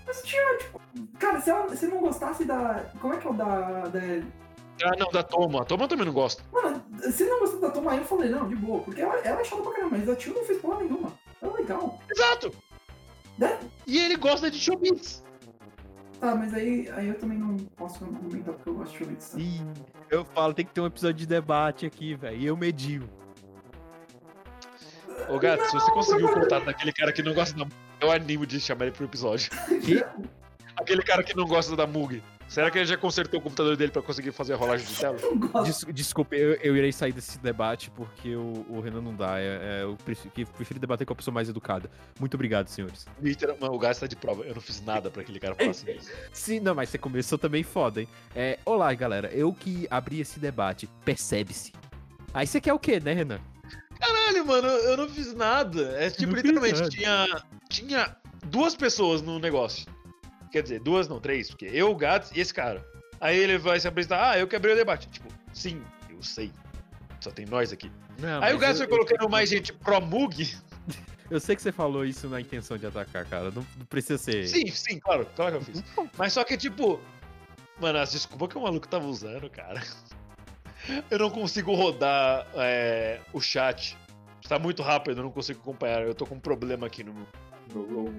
Mas Tio, é, tipo. Cara, se, ela, se não gostasse da. Como é que é o da. da... Ah, não, da Toma. A Toma também não gosta. Mano, se não gostasse da Tomae, eu falei, não, de boa. Porque ela, ela é chata pra caramba, mas a Tio não fez porra nenhuma. Ela é legal. Exato! Né? E ele gosta de showbiz. Tá, mas aí, aí eu também não posso comentar porque eu gosto de Shobits. Ih, eu falo, tem que ter um episódio de debate aqui, velho. E eu medio. Ô, gato, se você conseguiu o contato daquele cara que não gosta da Mug, eu animo de chamar ele pro episódio. Que? Aquele cara que não gosta da Mug. Será que ele já consertou o computador dele pra conseguir fazer a rolagem de tela? Não gosto. Des- desculpa, eu, eu irei sair desse debate porque o, o Renan não dá. É, é, eu prefiro, que- prefiro debater com a pessoa mais educada. Muito obrigado, senhores. Literal- Mano, o gato tá de prova. Eu não fiz nada pra aquele cara falar assim. Sim, não, mas você começou também foda, hein? É, olá, galera. Eu que abri esse debate. Percebe-se. Aí você quer o quê, né, Renan? Caralho, mano, eu não fiz nada. É tipo, Não fiz literalmente, nada. tinha, tinha duas pessoas no negócio. Quer dizer, duas não, três, porque eu, o Gats e esse cara. Aí ele vai se apresentar, ah, eu quebrei o debate. Tipo, sim, eu sei. Só tem nós aqui. Aí o Gats foi colocando mais gente pro Mug. Eu sei que você falou isso na intenção de atacar, cara. Não, não precisa ser. Sim, sim, claro, claro que eu fiz. Mas só que, tipo, mano, as desculpas que o maluco tava usando, cara. Eu não consigo rodar é, o chat. Tá muito rápido, eu não consigo acompanhar. Eu tô com um problema aqui no meu.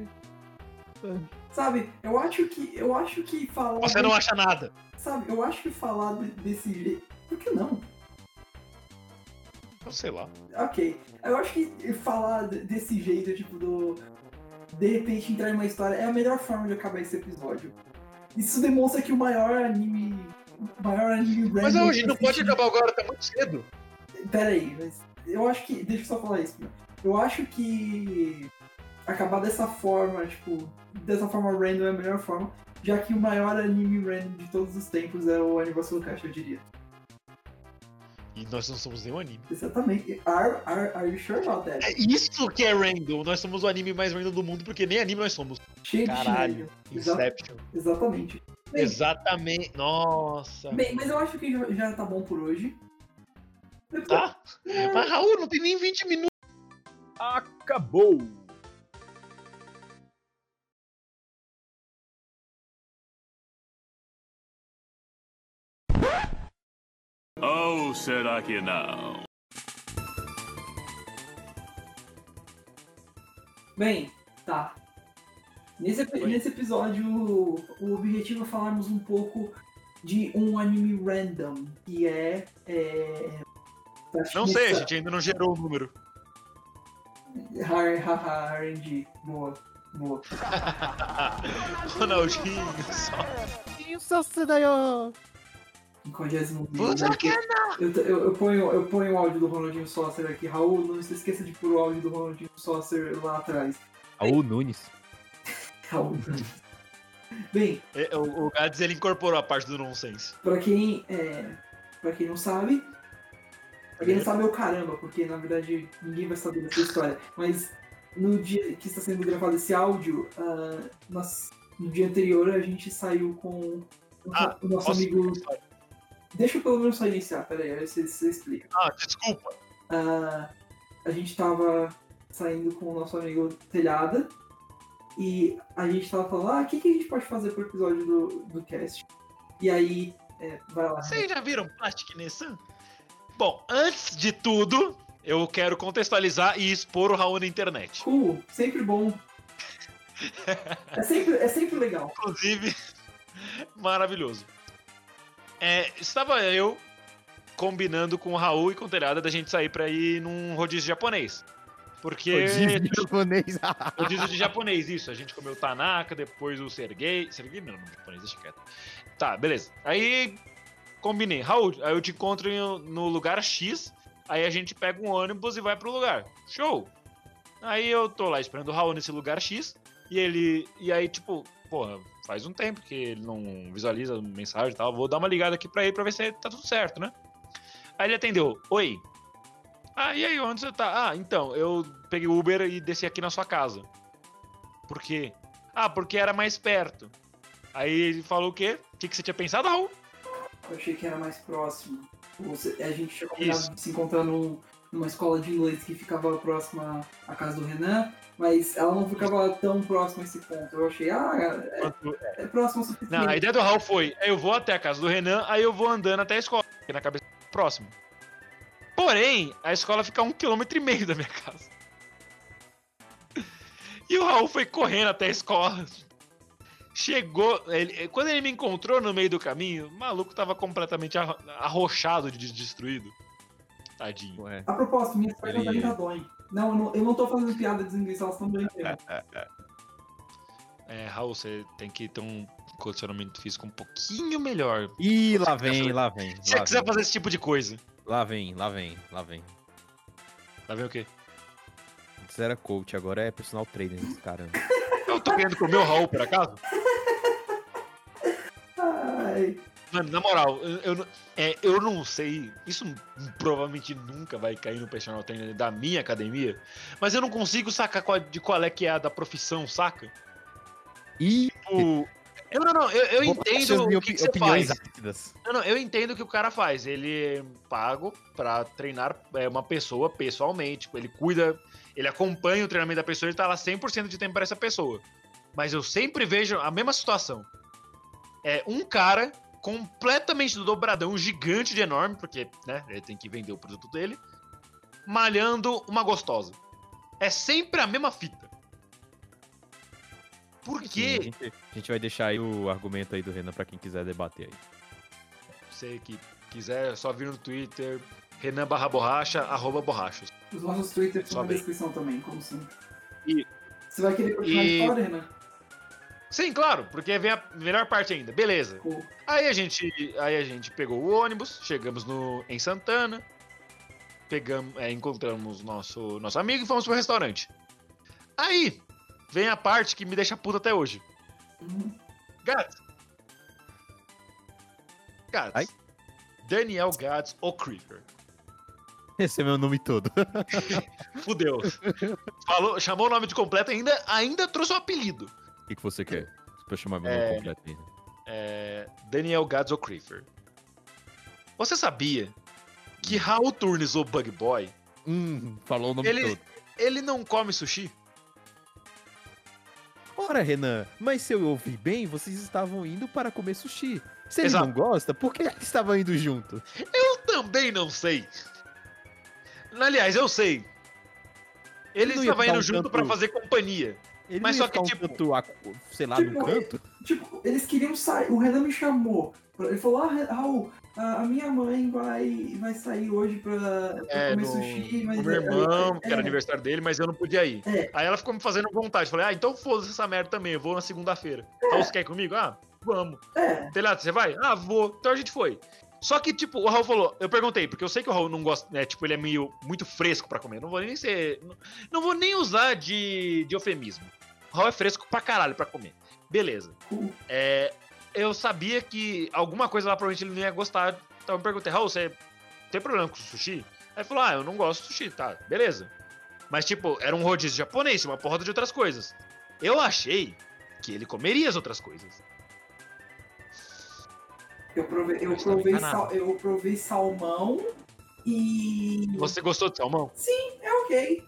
Sabe, eu acho que. Eu acho que falar. Você não acha nada. Sabe, eu acho que falar de- desse jeito. Por que não? Eu sei lá. Ok. Eu acho que falar de- desse jeito, tipo, do. De repente entrar em uma história é a melhor forma de acabar esse episódio. Isso demonstra que o maior anime. O maior anime Mas random hoje que não pode existe- acabar agora, tá muito cedo. Pera aí, mas eu acho que. Deixa eu só falar isso, meu. Eu acho que acabar dessa forma, tipo, dessa forma random é a melhor forma, já que o maior anime random de todos os tempos é o Aniversário do Caixa, eu diria. E nós não somos nenhum anime. Exatamente. Are, are, are you sure about that? É isso que é random. Nós somos o anime mais random do mundo, porque nem anime nós somos. Cheio de Caralho. chinelo. Exa Inception. exatamente. Bem. Exatamente. Nossa. Bem, mas eu acho que já, já tá bom por hoje. Tá? Mas Raul, não tem nem 20 minutos. Acabou! Oh, será que não? Bem, tá. Nesse, epi- nesse episódio, o objetivo é falarmos um pouco de um anime random, que é. é... Não sei, a gente ainda não gerou o número. Haha, RNG. Boa, boa. Ronaldinho, só. Sim, eu sou o Sedaio. em 40 Puta que eu, eu, eu, ponho, eu ponho o áudio do Ronaldinho Sócer aqui. Raul, não se esqueça de pôr o áudio do Ronaldinho Sócer lá atrás. Raul Nunes. Raul. Bem, É, O, o Gads ele incorporou a parte do nonsense. Pra quem, é, pra quem não sabe, pra Uhum. quem não sabe é o caramba, porque na verdade ninguém vai saber dessa história. Mas no dia que está sendo gravado esse áudio, ah, nós- no dia anterior a gente saiu com o nosso- Ah, o nosso posso- amigo. Deixa eu pelo menos só iniciar, peraí, aí você, você explica. Ah, desculpa. Ah, a gente tava saindo com o nosso amigo Telhada e a gente tava falando, ah, o que, que a gente pode fazer pro episódio do, do cast? E aí, é, vai lá. Vocês já viram Plastic Nissan? Bom, antes de tudo, eu quero contextualizar e expor o Raul na internet. Cool, sempre bom. É sempre, é sempre legal. Inclusive, maravilhoso. É, estava eu combinando com o Raul e com o Telhada da gente sair pra ir num rodízio japonês. Porque. Rodízio japonês. ah, Rodízio de japonês, isso. A gente comeu o Tanaka, depois o Sergei. Sergei não, não japonês, deixa quieto. Tá, beleza. Aí combinei. Raul, aí eu te encontro em- no lugar X, aí a gente pega um ônibus e vai pro lugar. Show! Aí eu tô lá esperando o Raul nesse lugar X, e ele. E aí, tipo, porra, faz um tempo que ele não visualiza a mensagem e tal. Vou dar uma ligada aqui pra ele pra ver se tá tudo certo, né? Aí ele atendeu, oi. Ah, e aí, onde você tá? Ah, então, eu peguei o Uber e desci aqui na sua casa. Por quê? Ah, porque era mais perto. Aí ele falou o quê? O que, que você tinha pensado, Raul? Eu achei que era mais próximo. Ou se- A gente tinha combinado Isso. de se encontrar num- numa escola de inglês que ficava próxima à casa do Renan, mas ela não ficava tão próxima a esse ponto. Eu achei, ah, é, é próximo o suficiente. Não, a ideia do Raul foi: "É, eu vou até a casa do Renan, aí eu vou andando até a escola, que na cabeça é próximo. Porém, a escola fica a um quilômetro e meio da minha casa. E o Raul foi correndo até a escola. Chegou. ele- quando ele me encontrou no meio do caminho, o maluco tava completamente arro- arrochado de destruído. Tadinho. Ué. A propósito, minhas pernas Ele- ainda doem. tá Não, eu não, eu não tô fazendo piada de inglês, elas estão doendo. mesmo. É, Raul, você tem que ter um condicionamento físico um pouquinho melhor. Ih, lá vem, lá vem. Se você lá quiser vem. fazer esse tipo de coisa. Lá vem, lá vem, lá vem. Tá vendo o quê? Antes era coach, agora é personal trainer, esse caramba. Eu tô querendo comer o Raul, por acaso? Ai, Mano, na moral, eu, eu não- é, eu não sei. Isso provavelmente nunca vai cair no personal trainer da minha academia. Mas eu não consigo sacar qual- de qual é que é a da profissão, saca? Ih, Tipo. Eu não, não, eu, eu bolachas entendo de o opi- que, que você opiniões faz. ácidas. Não, não, eu entendo o que o cara faz. Ele é pago pra treinar é, uma pessoa pessoalmente. Tipo, ele cuida, ele acompanha o treinamento da pessoa, ele tá lá 100% de tempo pra essa pessoa. Mas eu sempre vejo a mesma situação. É um cara completamente dobradão, um gigante de enorme, porque, né, ele tem que vender o produto dele, malhando uma gostosa. É sempre a mesma fita. Por Sim, a, quê? gente, a gente vai deixar aí o argumento aí do Renan pra quem quiser debater aí. Você que quiser, é só vir no Twitter, Renan barra borracha, arroba borrachos. os nossos Twitter Só estão na bem. descrição também, como sempre. E- Você vai querer continuar E- a história, Renan? Sim, claro, porque vem a melhor parte ainda. Beleza. Cool. Aí a gente, aí a gente pegou o ônibus, chegamos no, em Santana, pegamos, é, encontramos nosso, nosso amigo e fomos pro restaurante. Aí vem a parte que me deixa puto até hoje. Hum, Gats. Gats. Ai. Daniel Gats O'Creever. Esse é meu nome todo. Fudeu. Falou, chamou o nome de completo e ainda, ainda trouxe o apelido. O que, que você quer? Pra eu chamar meu É. nome completo aí. né? é, Daniel Gads O'Crifer. Você sabia que Raul Turnes, o Bug Boy, Hum, falou o nome ele, todo. ele não come sushi? Ora, Renan, mas se eu ouvi bem, vocês estavam indo para comer sushi. Se ele Exato. não gosta, por que eles estavam indo junto? Eu também não sei. Aliás, eu sei. Ele Ele não ia estava ficar indo um junto tanto- pra fazer companhia. Ele Mas só não ia que, ficar tipo- um tanto acu- sei lá, Tipo, num canto? Tipo, eles queriam sair. O Renan me chamou. Ele falou, ah, Re- Raul, a a minha mãe vai, vai sair hoje pra, pra É, comer no- sushi, mas. com meu é- irmão, é- que era é, aniversário dele, mas eu não podia ir. É. Aí ela ficou me fazendo vontade. Falei, ah, então foda-se essa merda também, eu vou na segunda-feira. Então você quer ir comigo? Ah, vamos. É, Telhado, você vai? Ah, vou. Então a gente foi. Só que, tipo, o Raul falou, eu perguntei, porque eu sei que o Raul não gosta, né? Tipo, ele é meio muito fresco pra comer. Não vou nem ser. Não, não vou nem usar de, de eufemismo. O Raul é fresco pra caralho pra comer. Beleza. É, eu sabia que alguma coisa lá provavelmente ele não ia gostar. Então eu perguntei, Raul, você tem problema com sushi? Aí ele falou, ah, eu não gosto de sushi, tá, beleza. Mas, tipo, era um rodízio japonês, uma porrada de outras coisas. Eu achei que ele comeria as outras coisas. Eu provei, eu Mas tá provei, enganado. sal- eu provei salmão e. Você gostou de salmão? É ok.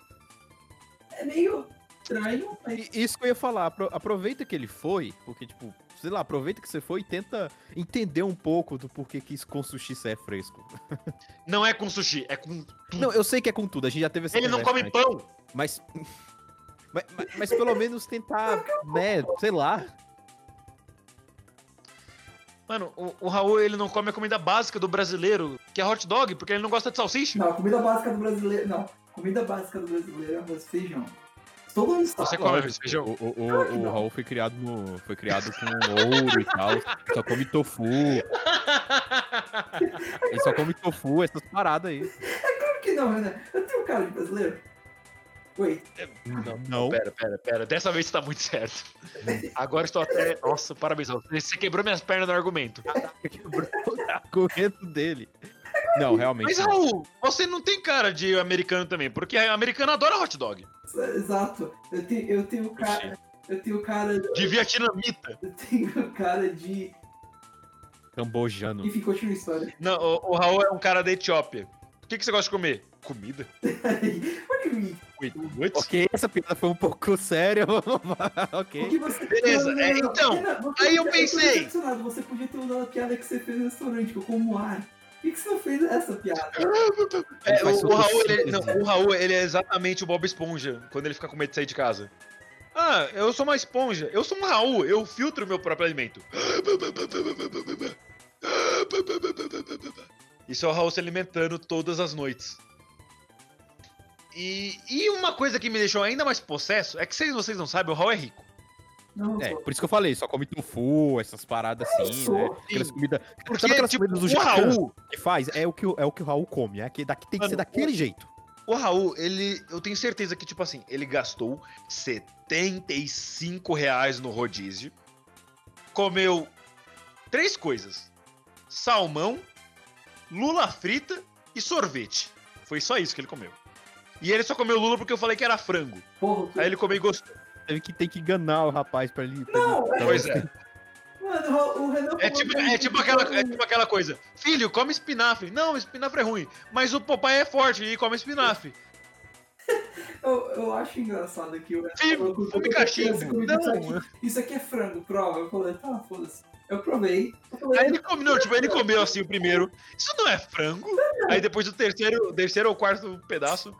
É meio estranho, mas. E Isso que eu ia falar, apro- aproveita que ele foi, porque, tipo, sei lá, aproveita que você foi e tenta entender um pouco do porquê que isso com sushi isso é fresco. Não é com sushi, é com. Não, eu sei que é com tudo, a gente já teve essa Ele não conversa come antes, pão! Mas, mas, mas- mas pelo menos tentar, né, sei lá. Mano, o, o Raul ele não come a comida básica do brasileiro, que é hot dog, porque ele não gosta de salsicha. Não, a comida básica do brasileiro. Não, a comida básica do brasileiro é arroz e feijão. Todo mundo sabe. Você come arroz e feijão? O, o, o, o Raul foi criado, no, foi criado com ouro e tal, só come tofu, ele só come tofu, essas paradas aí. Claro que não, né? Eu tenho cara de brasileiro. Oi, Não, não. Pera, pera, pera. Dessa vez você tá muito certo. Agora estou até. Nossa, parabéns, Raul. Você quebrou minhas pernas no argumento. quebrou o argumento dele. Não, realmente. Mas, não. Raul, você não tem cara de americano também, porque americano adora hot dog. exato. Eu tenho, eu tenho cara. Eu tenho cara. De vietnamita. Eu tenho cara de. Cambojano. Enfim, continua a história. Não, o, o Raul é um cara da Etiópia. O que, que você gosta de comer? Comida. What do you mean? Muito. Ok, essa piada foi um pouco séria, vamos lá, O ok. que você... Beleza, é, então, Pena, você- aí eu tô pensei. decepcionado, Você podia ter usado a piada que você fez no restaurante, que eu como um ar. Por que, que você não fez essa piada? É, Faz o, né? o todo Raul, ele, não, sentido. o Raul, ele é exatamente o Bob Esponja, quando ele fica com medo de sair de casa. Ah, eu sou uma esponja. Eu sou um Raul, eu filtro o meu próprio alimento. Isso é o Raul se alimentando todas as noites. E, e uma coisa que me deixou ainda mais possesso é que, se vocês não sabem, o Raul é rico. Não, É, pô. por isso que eu falei, só come tofu, essas paradas assim, sou, né? sim. Aquelas comidas. Porque, Sabe aquelas tipo, comidas do o Japão? Raul, que faz é o que, o- é o, que o Raul come, é que daqui, tem que Mano, ser daquele jeito. O Raul, ele. Eu tenho certeza que, tipo assim, ele gastou 75 reais no rodízio. Comeu três coisas: salmão, lula frita e sorvete. Foi só isso que ele comeu. E ele só comeu lula porque eu falei que era frango. Porra, Aí ele comeu e gostou. Teve que tem que enganar o rapaz pra ele. pra Não, ele- Pois é. Mano, o- o Renan É falou tipo, que- é tipo aquela, é tipo aquela coisa: filho, come espinafre. Não, espinafre é ruim. Mas o papai é forte e come espinafre. um- Eu, eu acho engraçado que o Renan Filho, falou que come eu- cachimbo. essa comida Não, aqui- Isso aqui é frango, prova. Eu falei, tá, foda-se. Eu provei. Eu Aí falei, ele comeu, não, tipo, ele comeu assim o primeiro. Isso não é frango? Aí depois do terceiro, terceiro ou quarto pedaço.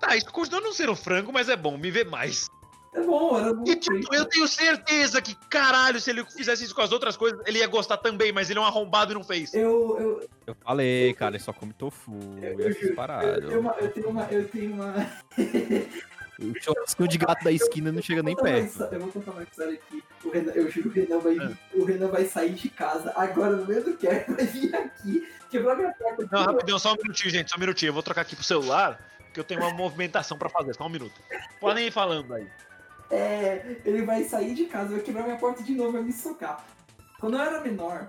Tá, isso continua não sendo frango, mas é bom, me vê mais. é bom, era bom. E tipo, eu tenho certeza que, caralho, se ele fizesse isso com as outras coisas, ele ia gostar também, mas ele é um arrombado e não fez. Eu, eu, Eu falei, cara, ele só come tofu, eu, eu, essas juro, eu, paradas. eu, uma- eu tenho uma. Eu tenho uma. O churrasquinho de gato da esquina não chega nem Eu vou contar perto. É. uma histó- Eu vou contar uma história aqui. O Renan, eu juro, o Renan, vai, o Renan vai sair de casa agora no meio do cast, vai vir aqui, quebrar minha porta. Não, rapidão, só um minutinho, gente, só um minutinho. Eu vou trocar aqui pro celular, que eu tenho uma movimentação pra fazer, só um minuto. Podem ir falando aí. É, ele vai sair de casa, vai quebrar minha porta de novo, vai me socar. Quando eu era menor,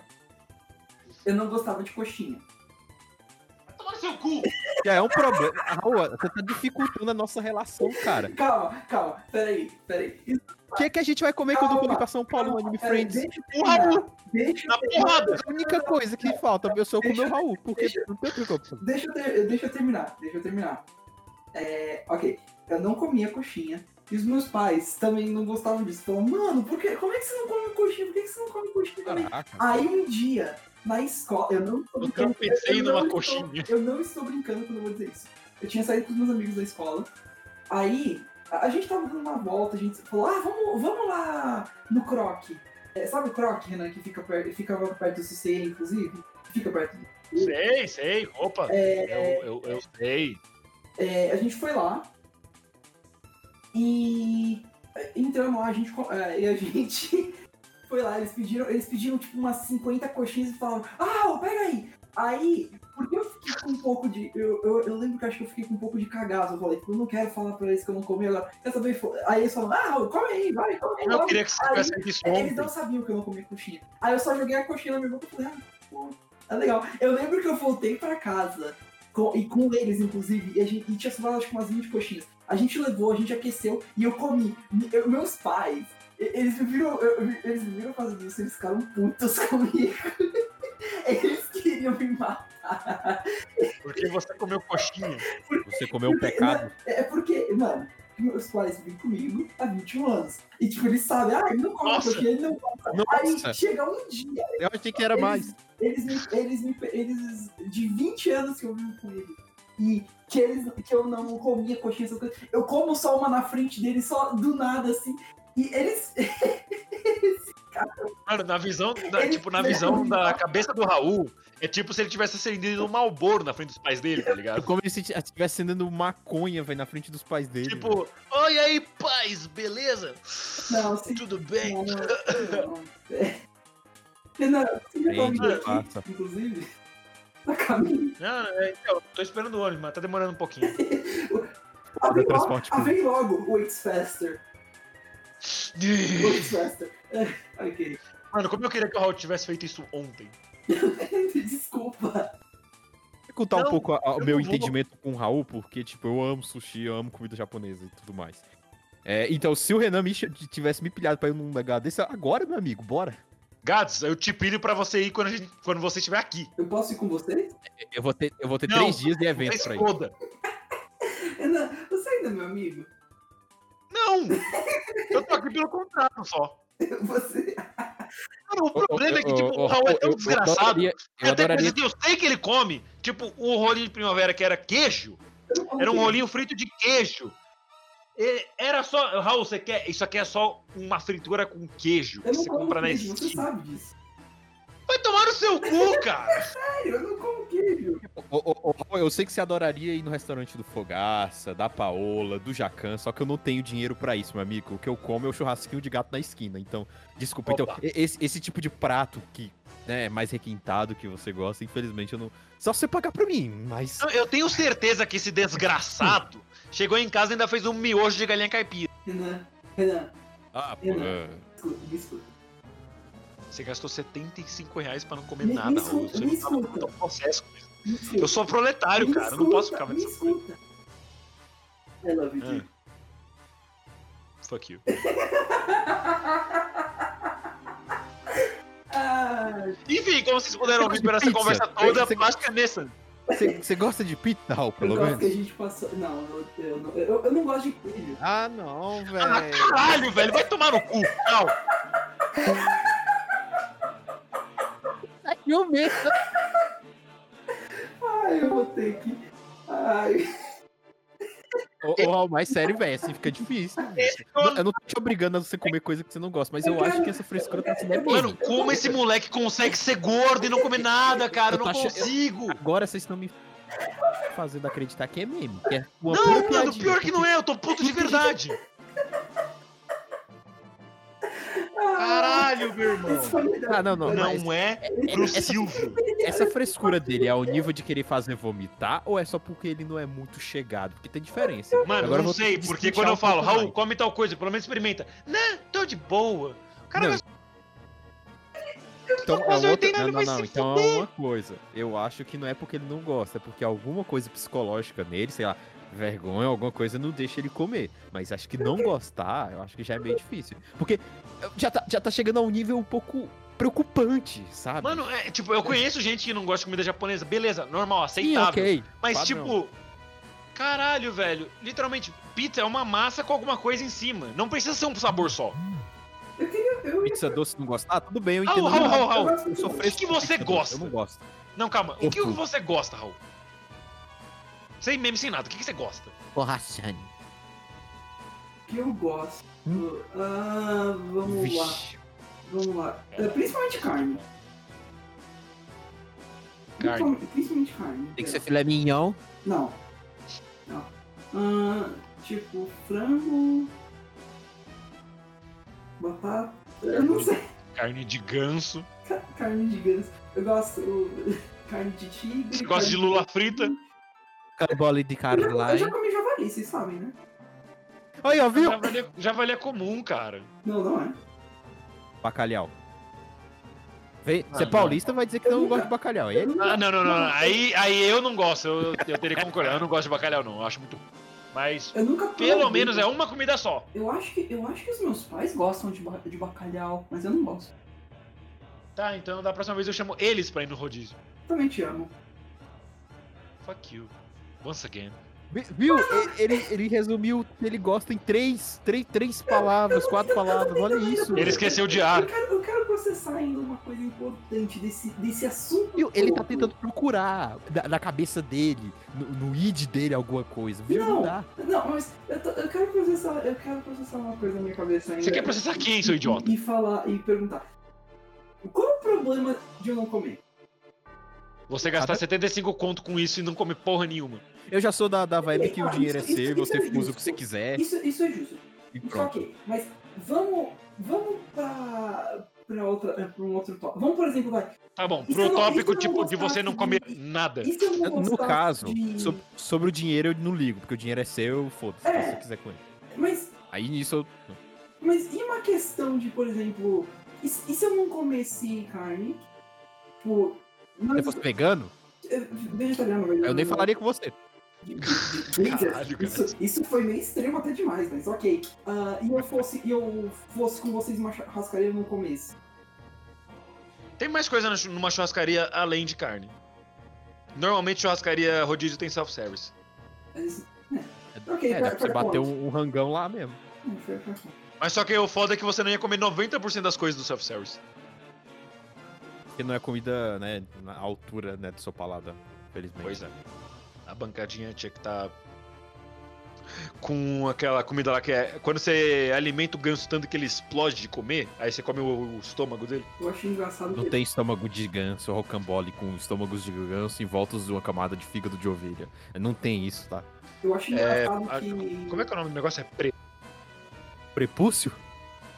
eu não gostava de coxinha. Vai tomar no seu cu! Já é um problema. Raul, você tá dificultando a nossa relação, cara. Calma, calma, peraí, peraí. Isso- O que é que a gente vai comer quando Calma, for pra São Paulo no Anime peraí, Friends? Deixa, O Raul, deixa, na porrada! A única coisa que falta é eu só comer o Raul, porque não tem o que eu fazer. deixa, eu ter- deixa eu terminar, deixa eu terminar. É, ok, eu não comia coxinha. E os meus pais também não gostavam disso. Falaram, mano, por que, como é que você não come coxinha? Por que que você não come coxinha também? Caraca. Aí um dia, na escola, eu não estou Eu brincando. tropecei não numa estou- coxinha. Eu não estou brincando quando eu vou dizer isso. Eu tinha saído com os meus amigos da escola. Aí, a a gente tava dando uma volta, a gente falou, ah, vamos, vamos lá no croque. É, sabe o croque, Renan, que fica, per fica perto do CCE, inclusive? Fica perto. Sei, sei, opa, eu, eu, eu sei. É, a gente foi lá. E entramos lá, a gente, co- é, e a gente foi lá, eles pediram, eles pediram tipo umas 50 coxinhas e falaram, ah, ô, pega aí, Aí, porque eu fiquei com um pouco de. Eu, eu, eu lembro que acho que eu fiquei com um pouco de cagaço. Eu falei, tipo, eu não quero falar pra eles que eu não comi agora. Eu também fal- Aí eles falaram, ah, come aí, vai, come aí. Eu logo." queria que você Aí, tivesse visto É, Eles ontem. não sabiam que eu não comia coxinha. Aí eu só joguei a coxinha na minha boca e falei, ah, pô, tá legal. Eu lembro que eu voltei pra casa, com- e com eles, inclusive, e, a gente, e tinha sobrado acho que umas 20 coxinhas. A gente levou, a gente aqueceu, e eu comi. Me- eu- meus pais, e- eles me viram, eu- eu- eles me viram fazendo isso, eles ficaram putos comigo. Eles queriam me matar. Porque você comeu coxinha. Você comeu um pecado. É porque, mano, meus pais vivem comigo há 21 anos. E tipo, eles sabem, ah, ele não come Nossa. coxinha, ele não come. Nossa, Aí chega um dia, eu achei que era mais. Eles, me- eles, me- eles, de 20 anos que eu vivo com eles, e que, eles, que eu não comia coxinha, essas coisas, eu como só uma na frente deles, só do nada, assim, e eles, Mano, na visão, na- Ele- tipo, na visão da cabeça do Raul, é tipo se ele tivesse acendido um malboro na frente dos pais dele, tá É ligado? como se estivesse sendo maconha, velho, na frente dos pais dele. velho. Tipo, oi aí, pais, beleza? não, assim, Tudo bem? não, não, não. É. Renan, você já tá Gente, vindo aqui, passa. inclusive, tá caminho, Não, é, então, tô esperando o ônibus, mas tá demorando um pouquinho. ah, vem logo, transporte ah, vem logo, o It's Faster, o It's Faster, É, ok, Mano, como eu queria que o Raul tivesse feito isso ontem? desculpa, Deixa eu contar Não, um pouco a- a- eu o meu não vou. entendimento com o Raul, porque, tipo, eu amo sushi, eu amo comida japonesa e tudo mais. É, então, se o Renan me ch- tivesse me pilhado pra ir num lugar desse, agora, meu amigo, bora. Gatos, eu te pilho pra você ir quando, a gente, quando você estiver aqui. eu posso ir com vocês? Eu vou ter, eu vou ter Não, três dias de evento pra ir. Escoda. Renan, você ainda é meu amigo? Não! Eu tô aqui pelo contrato só. Você... Mano, o Ô, ô, problema é que, ô, tipo, ô, o Raul é ô, tão eu- eu desgraçado. adoraria- Eu Até coisa adoraria. que eu sei que ele come, tipo, o rolinho de primavera que era queijo, era Uhum. um rolinho frito de queijo. E Era só. Raul, você quer. Isso aqui é só uma fritura com queijo que Eu não você como compra na queijo, você esquina. sabe disso. Vai tomar no seu cu, cara! Sério, eu não como queijo. Ô, ô, ô, Raul, eu sei que você adoraria ir no restaurante do Fogaça, da Paola, do Jacan, só que eu não tenho dinheiro pra isso, meu amigo. O que eu como é o churrasquinho de gato na esquina. Então, desculpa. Então, Opa. e- esse, esse tipo de prato que né, é mais requintado que você gosta, infelizmente eu não. Só se você pagar pra mim, mas. Não, Eu tenho certeza que esse desgraçado chegou em casa e ainda fez um miojo de galinha caipira. Renan, Renan, Ah, pô. eu é. escuta, me escuta. Você gastou 75 reais pra não comer Me- me nada, Raul. escuta, Você me não tá escuta. muito processo com isso. Me escuta. Eu sou proletário, Me cara. Eu não posso ficar escuta, vendo Me essa coisa. escuta. I love you, Ah. dude. Fuck you. Ah, Enfim, como vocês puderam ouvir por essa Pizza. conversa toda, Você- plástica nessa. Você você gosta de pizza, Raul, eu pelo gosto que a menos? gente passou. Não, eu, eu, não- eu, eu não gosto de queijo. Ah, não, Ah, velho. caralho, velho. Vai tomar no cu. Não. Eu mesmo. Ai, eu vou ter que. Ai, Ô, ô, Raul, mas sério, velho, assim fica difícil. bicho. Eu não tô te obrigando a você comer coisa que você não gosta, mas eu acho que essa frescura tá sendo mesmo. Mano, como esse moleque consegue ser gordo e não comer nada, cara? Eu Eu não tô achando- consigo. Agora vocês estão me fazendo acreditar que é meme. Que é uma Não, pura mano, piadinha, pior que não é. Eu tô puto de verdade. Caralho, meu irmão. isso foi me dar- Ah, não, não. mas Não é pro Silvio. Essa frescura dele é ao nível de querer fazer vomitar ou é só porque ele não é muito chegado? Porque tem diferença. Mano, Agora eu não vou sei, te porque destrinchar quando eu um falo, pouco Raul, mais. come tal coisa, pelo menos experimenta. Não, tô de boa. O cara Não, vai Então, tô é quase outra... 80 Não, não, anos, vai não. se Então fuder. é uma coisa. Eu acho que não é porque ele não gosta, é porque alguma coisa psicológica nele, sei lá, vergonha, alguma coisa, não deixa ele comer. Mas acho que não gostar, eu acho que já é meio difícil. Porque já tá, já tá chegando a um nível um pouco preocupante, sabe? Mano, é, tipo, eu conheço gente que não gosta de comida japonesa, beleza, normal, Sim, aceitável. ok. Mas, padrão. tipo, caralho, velho, literalmente, pizza é uma massa com alguma coisa em cima. Não precisa ser um sabor só. Eu, Pizza doce não gostar, tudo bem, eu Raul, entendo. Raul, Raul, eu Raul, gosto Eu de sou queijo. fresco O que com você pizza doce, gosta? Eu não gosto. Não, calma, o que Tofu. você gosta, Raul? Sem meme, sem nada, o que que você gosta? Borrachane. que eu gosto. Ah, vamos Hum? lá. Vixe. Vamos lá. É, principalmente carne. Carne. Principalmente- Principalmente carne. Tem que ser filé mignon. Não. Não. Ah, Ahn, tipo, frango. Batata. Eu não sei. Carne de ganso. Ca- Carne de ganso. Eu gosto carne de tigre. Você gosta de carne- lula frita? Carbola de Eu já- Eu já Caroline. comi javali, vocês sabem, né? Aí, ó, viu? Javali é- Javali é comum, cara. Não, não é. Bacalhau. Vê, Ah, você é não. paulista, vai dizer que não Eu gosta de bacalhau. E aí, é Ah, não, não, não. não. Aí, aí eu não gosto. Eu, eu teria que concordar. Eu não gosto de bacalhau, não. Eu acho muito. ruim. Mas Eu nunca pelo provei. menos é uma comida só. Eu acho que, eu acho que os meus pais gostam de, ba- de bacalhau, mas eu não gosto. Tá, então da próxima vez eu chamo eles pra ir no rodízio. Também te amo. Fuck you. Once again. vi- viu? E- Ele, ele resumiu que ele gosta em três, três, três palavras, quatro palavras. Olha isso. Ele velho. esqueceu de ar. Eu quero, eu quero processar ainda uma coisa importante desse, desse assunto. Viu? Ele tá todo. tentando procurar da- na cabeça dele, no, no id dele, alguma coisa. Viu? Não, Não. dá. Não, mas eu, tô- eu quero processar, eu quero processar uma coisa na minha cabeça ainda. Você quer processar quem, seu idiota? E falar e perguntar. Qual é o problema de eu não comer? Você gastar 75 conto com isso e não comer porra nenhuma. Eu já sou da, da vibe que o Ah, dinheiro isso- é isso- seu, isso é você usa o que justo. você quiser Isso, isso é justo. e Isso pronto. ok. Mas vamos, vamos pra, pra, outra, eh, pra um outro tópico. Vamos, por exemplo, vai. Tá bom, pro Isso Então, eu não- tópico isso eu não tipo de você não gostasse comer de- nada. E se eu não É, No gostar caso, um de- sob- sobre o dinheiro eu não ligo, porque o dinheiro é seu, foda-se, faz o que É. você quiser com ele. Mas, Aí nisso eu. mas e uma questão de, por exemplo, e, se- e se eu não comesse carne? Tipo, Se eu mas, Hum. fosse vegano, eh, vegetariano, na verdade, É eu nem não. falaria com você. De- de- de- Caralho, cara. isso, isso foi meio extremo até demais, mas ok. Ah, e eu fosse, e eu fosse com vocês uma churrascaria no começo. Tem mais coisa na chu- numa churrascaria além de carne. Normalmente churrascaria rodízio tem self-service. Mas, É, Ok, dá pra- pra você pra bater onde? um, um rangão lá mesmo. não, foi- foi- foi. Mas só que o foda é que você não ia comer 90% das coisas do self-service. Porque não é comida, né, na altura, né, do seu paladar, felizmente. Pois é. A bancadinha tinha que estar com aquela comida lá que é. Quando você alimenta o ganso tanto que ele explode de comer, aí você come o, o estômago dele. Eu achei engraçado. Não tem estômago de ganso, rocambole com estômagos de ganso em voltas de uma camada de fígado de ovelha. Não tem ah, isso, tá? Eu achei É, engraçado a- que. Como é que é o nome do negócio? É pre, Prepúcio?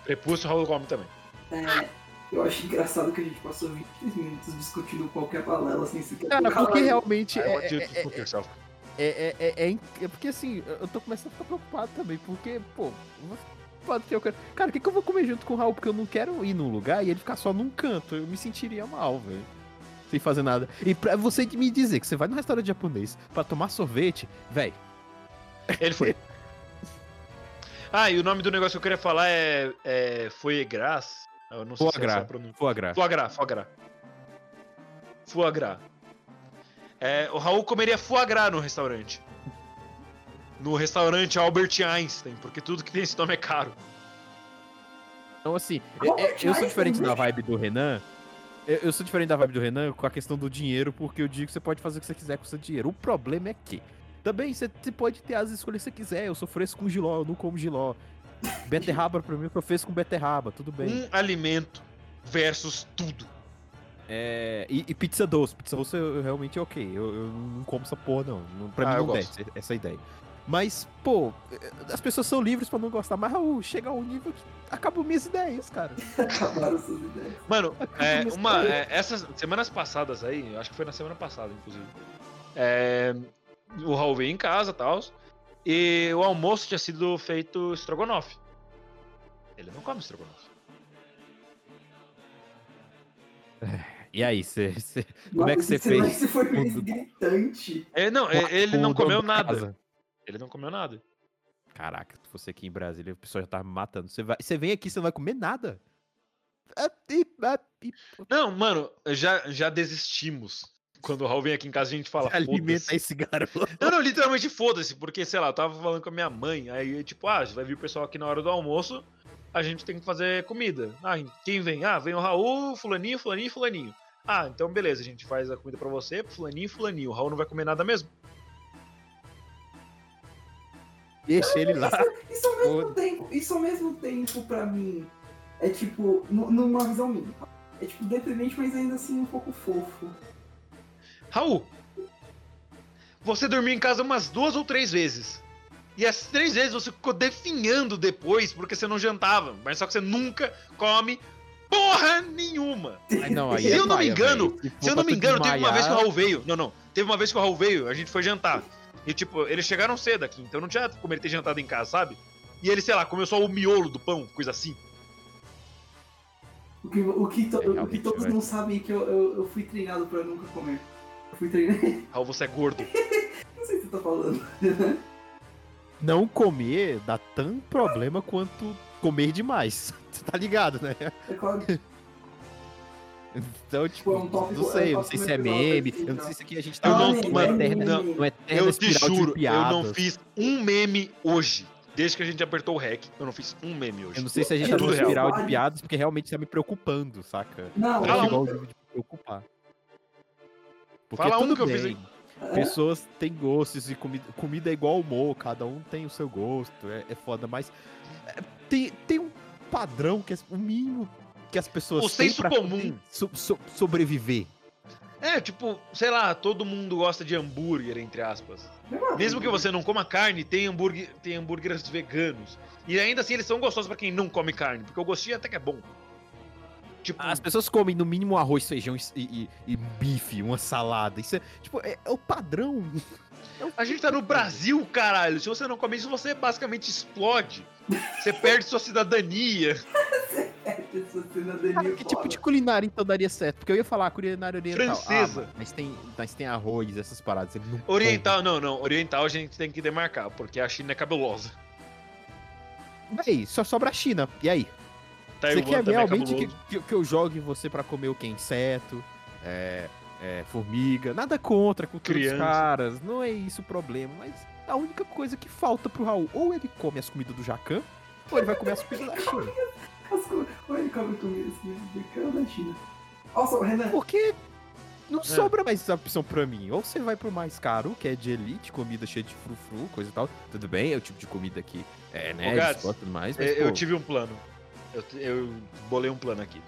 prepúcio rola o come também. é, eu achei engraçado que a gente passou 23 minutos discutindo qualquer balela sem sequer. Cara, tocar porque lá. realmente I é, want you é, to fuck yourself. é, é, é, é, inc- é porque assim, eu tô começando a ficar preocupado também, porque, pô, pode ser eu quero. Cara, o que, que eu vou comer junto com o Raul? Porque eu não quero ir num lugar e ele ficar só num canto. Eu me sentiria mal, velho. Sem fazer nada. E pra você me dizer que você vai num restaurante japonês pra tomar sorvete, velho. Ele foi. Ah, e o nome do negócio que eu queria falar é. é foi gras? Eu não sei Foie se é gras. essa a pronúncia. Foie gras. Foie gras, foie gras. Foie gras. É, o Raul comeria foie gras no restaurante. No restaurante Albert Einstein, porque tudo que tem esse nome é caro. Então, assim, Como é- é- eu sou faz, diferente da Henrique? vibe do Renan. Eu, eu sou diferente da vibe do Renan com a questão do dinheiro, porque eu digo que você pode fazer o que você quiser com o seu dinheiro. O problema é que também você, você pode ter as escolhas que você quiser. Eu sou fresco com giló, eu não como giló. Beterraba pra mim, eu sou fresco com beterraba, tudo bem. Um alimento versus tudo. É, e, e pizza doce. Pizza doce eu, eu realmente é ok. Eu, eu não como essa porra, não. não pra Ah, mim eu não gosto. desce essa ideia. Mas, pô, eh, as pessoas são livres pra não gostar, mas Raul, chega a um nível que acabam minhas ideias, cara. Acabaram suas ideias. Mano, é, Mas uma, é, essas semanas passadas aí, acho que foi na semana passada, inclusive. é, o Raul veio em casa e tal. E o almoço tinha sido feito estrogonofe. Ele não come estrogonofe. E aí, você. você- Como Nossa, é que você esse fez? lance foi mais Tudo. gritante. É, não, é, ele não com o comeu dono da nada. casa. Ele não comeu nada. Caraca, se fosse aqui em Brasília, o pessoal já tava me matando. Você, vai, você vem aqui, você não vai comer nada. Ah, e- ah, e- Não, mano, já, já desistimos. Quando o Raul vem aqui em casa, a gente fala, Alimenta foda-se. esse garoto. Não, não, literalmente foda-se, porque, sei lá, eu tava falando com a minha mãe, aí, tipo, ah, vai vir o pessoal aqui na hora do almoço, a gente tem que fazer comida. Ah, quem vem? Ah, vem o Raul, fulaninho, fulaninho, fulaninho. Ah, então beleza, a gente faz a comida pra você, pro fulaninho, fulaninho. O Raul não vai comer nada mesmo. Deixa ele lá. Isso ao mesmo tempo, isso ao mesmo tempo pra mim é tipo, nu- numa visão minha, tá? é tipo deprimente, mas ainda assim um pouco fofo. Raul, você dormiu em casa umas duas ou três vezes. E as três vezes você ficou definhando depois porque você não jantava. Mas só que você nunca come porra nenhuma. Ai, não, aí Se é eu não me paia, engano, velho. Se eu não me for pra tu engano, teve uma vez que o desmaiar- Raul veio. Não, não. Teve uma vez que o Raul veio, a gente foi jantar. E, tipo, eles chegaram cedo aqui, então não tinha como ele ter jantado em casa, sabe? E ele, sei lá, comeu só o miolo do pão, coisa assim. O que, o que, to- É, o que realmente, todos velho. não sabem é que eu, eu, eu fui treinado pra nunca comer. Eu fui treinado. Raul, você é gordo. Não sei o que você tá falando. Não comer dá tanto problema quanto comer demais. Você tá ligado, né? É claro. Então, tipo, é um tópico- não sei, é um não sei se é tópico meme, episódio, eu não assim, sei se aqui a gente tá Eu Não, não, mano, uma mano, eterna, não. uma eterna eu te É, espiral de juro, eu não piadas. fiz um meme hoje. Desde que a gente apertou o REC, eu não fiz um meme hoje. Eu não sei se a gente É tá numa tudo real. espiral de piadas, porque realmente tá me preocupando, saca? Não, Fala Tá um. igual o nível de me preocupar. Porque Fala um tudo que eu fiz bem, é- Pessoas têm gostos e comida, comida é igual humor, cada um tem o seu gosto, é, é foda, mas é, tem, tem um padrão, que é o mínimo que as pessoas O têm senso pra comum. so- so- sobreviver. É, tipo, sei lá, todo mundo gosta de hambúrguer, entre aspas. Mesmo que você não coma carne, tem, hambúrguer, tem hambúrgueres veganos. E ainda assim, eles são gostosos pra quem não come carne, porque o gostinho até que é bom. Tipo, As pessoas comem no mínimo arroz, feijão e, e- e bife, uma salada. Isso é, tipo, é, é o padrão. a gente tá no Brasil, caralho. Se você não come isso, você basicamente explode. Você perde sua cidadania. Cara, que tipo de culinária então daria certo? Porque eu ia falar culinária oriental. Francesa. Ah, mas, tem, mas tem arroz, essas paradas. ele não come. Oriental, não, não. Oriental a gente tem que demarcar, porque a China é cabelosa. Véi, só sobra a China. E aí? Você Taiwan quer também é realmente cabuloso. que, que, que eu jogue você pra comer o que? Inseto, é, é, formiga, nada contra a cultura Criança. dos caras, não é isso o problema, mas a única coisa que falta pro Raul, ou ele come as comidas do Jacan, ou ele vai comer as comidas da China. Olha ele come comida assim, brincando da China. Nossa, Renan, Porque É. não sobra mais essa opção pra mim. Ou você vai pro mais caro, que é de elite, comida cheia de frufru, coisa e tal. Tudo bem, é o tipo de comida que é, né, Ô, eles Gats, gostam mais, mas, É, Eu pô, tive um plano. Eu, t- eu bolei um plano aqui.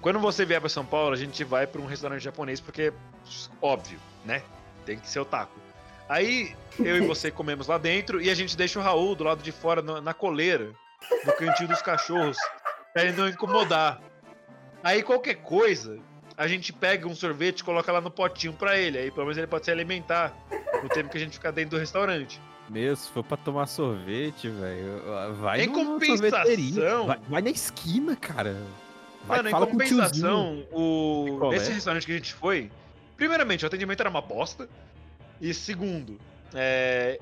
Quando você vier pra São Paulo, a gente vai pra um restaurante japonês, porque, óbvio, né? Tem que ser o taco. Aí eu e você comemos lá dentro e a gente deixa o Raul do lado de fora, na, na coleira, no cantinho dos cachorros, pra ele não incomodar. Aí qualquer coisa, a gente pega um sorvete e coloca lá no potinho pra ele. Aí pelo menos ele pode se alimentar no tempo que a gente ficar dentro do restaurante. Meu, se for pra tomar sorvete, velho, vai Em numa compensação- sorveteria, Vai, vai na esquina, cara. Vai, Mano, em fala com o tiozinho. é? compensação, o... Picolé. nesse restaurante que a gente foi, primeiramente, o atendimento era uma bosta. E segundo, é,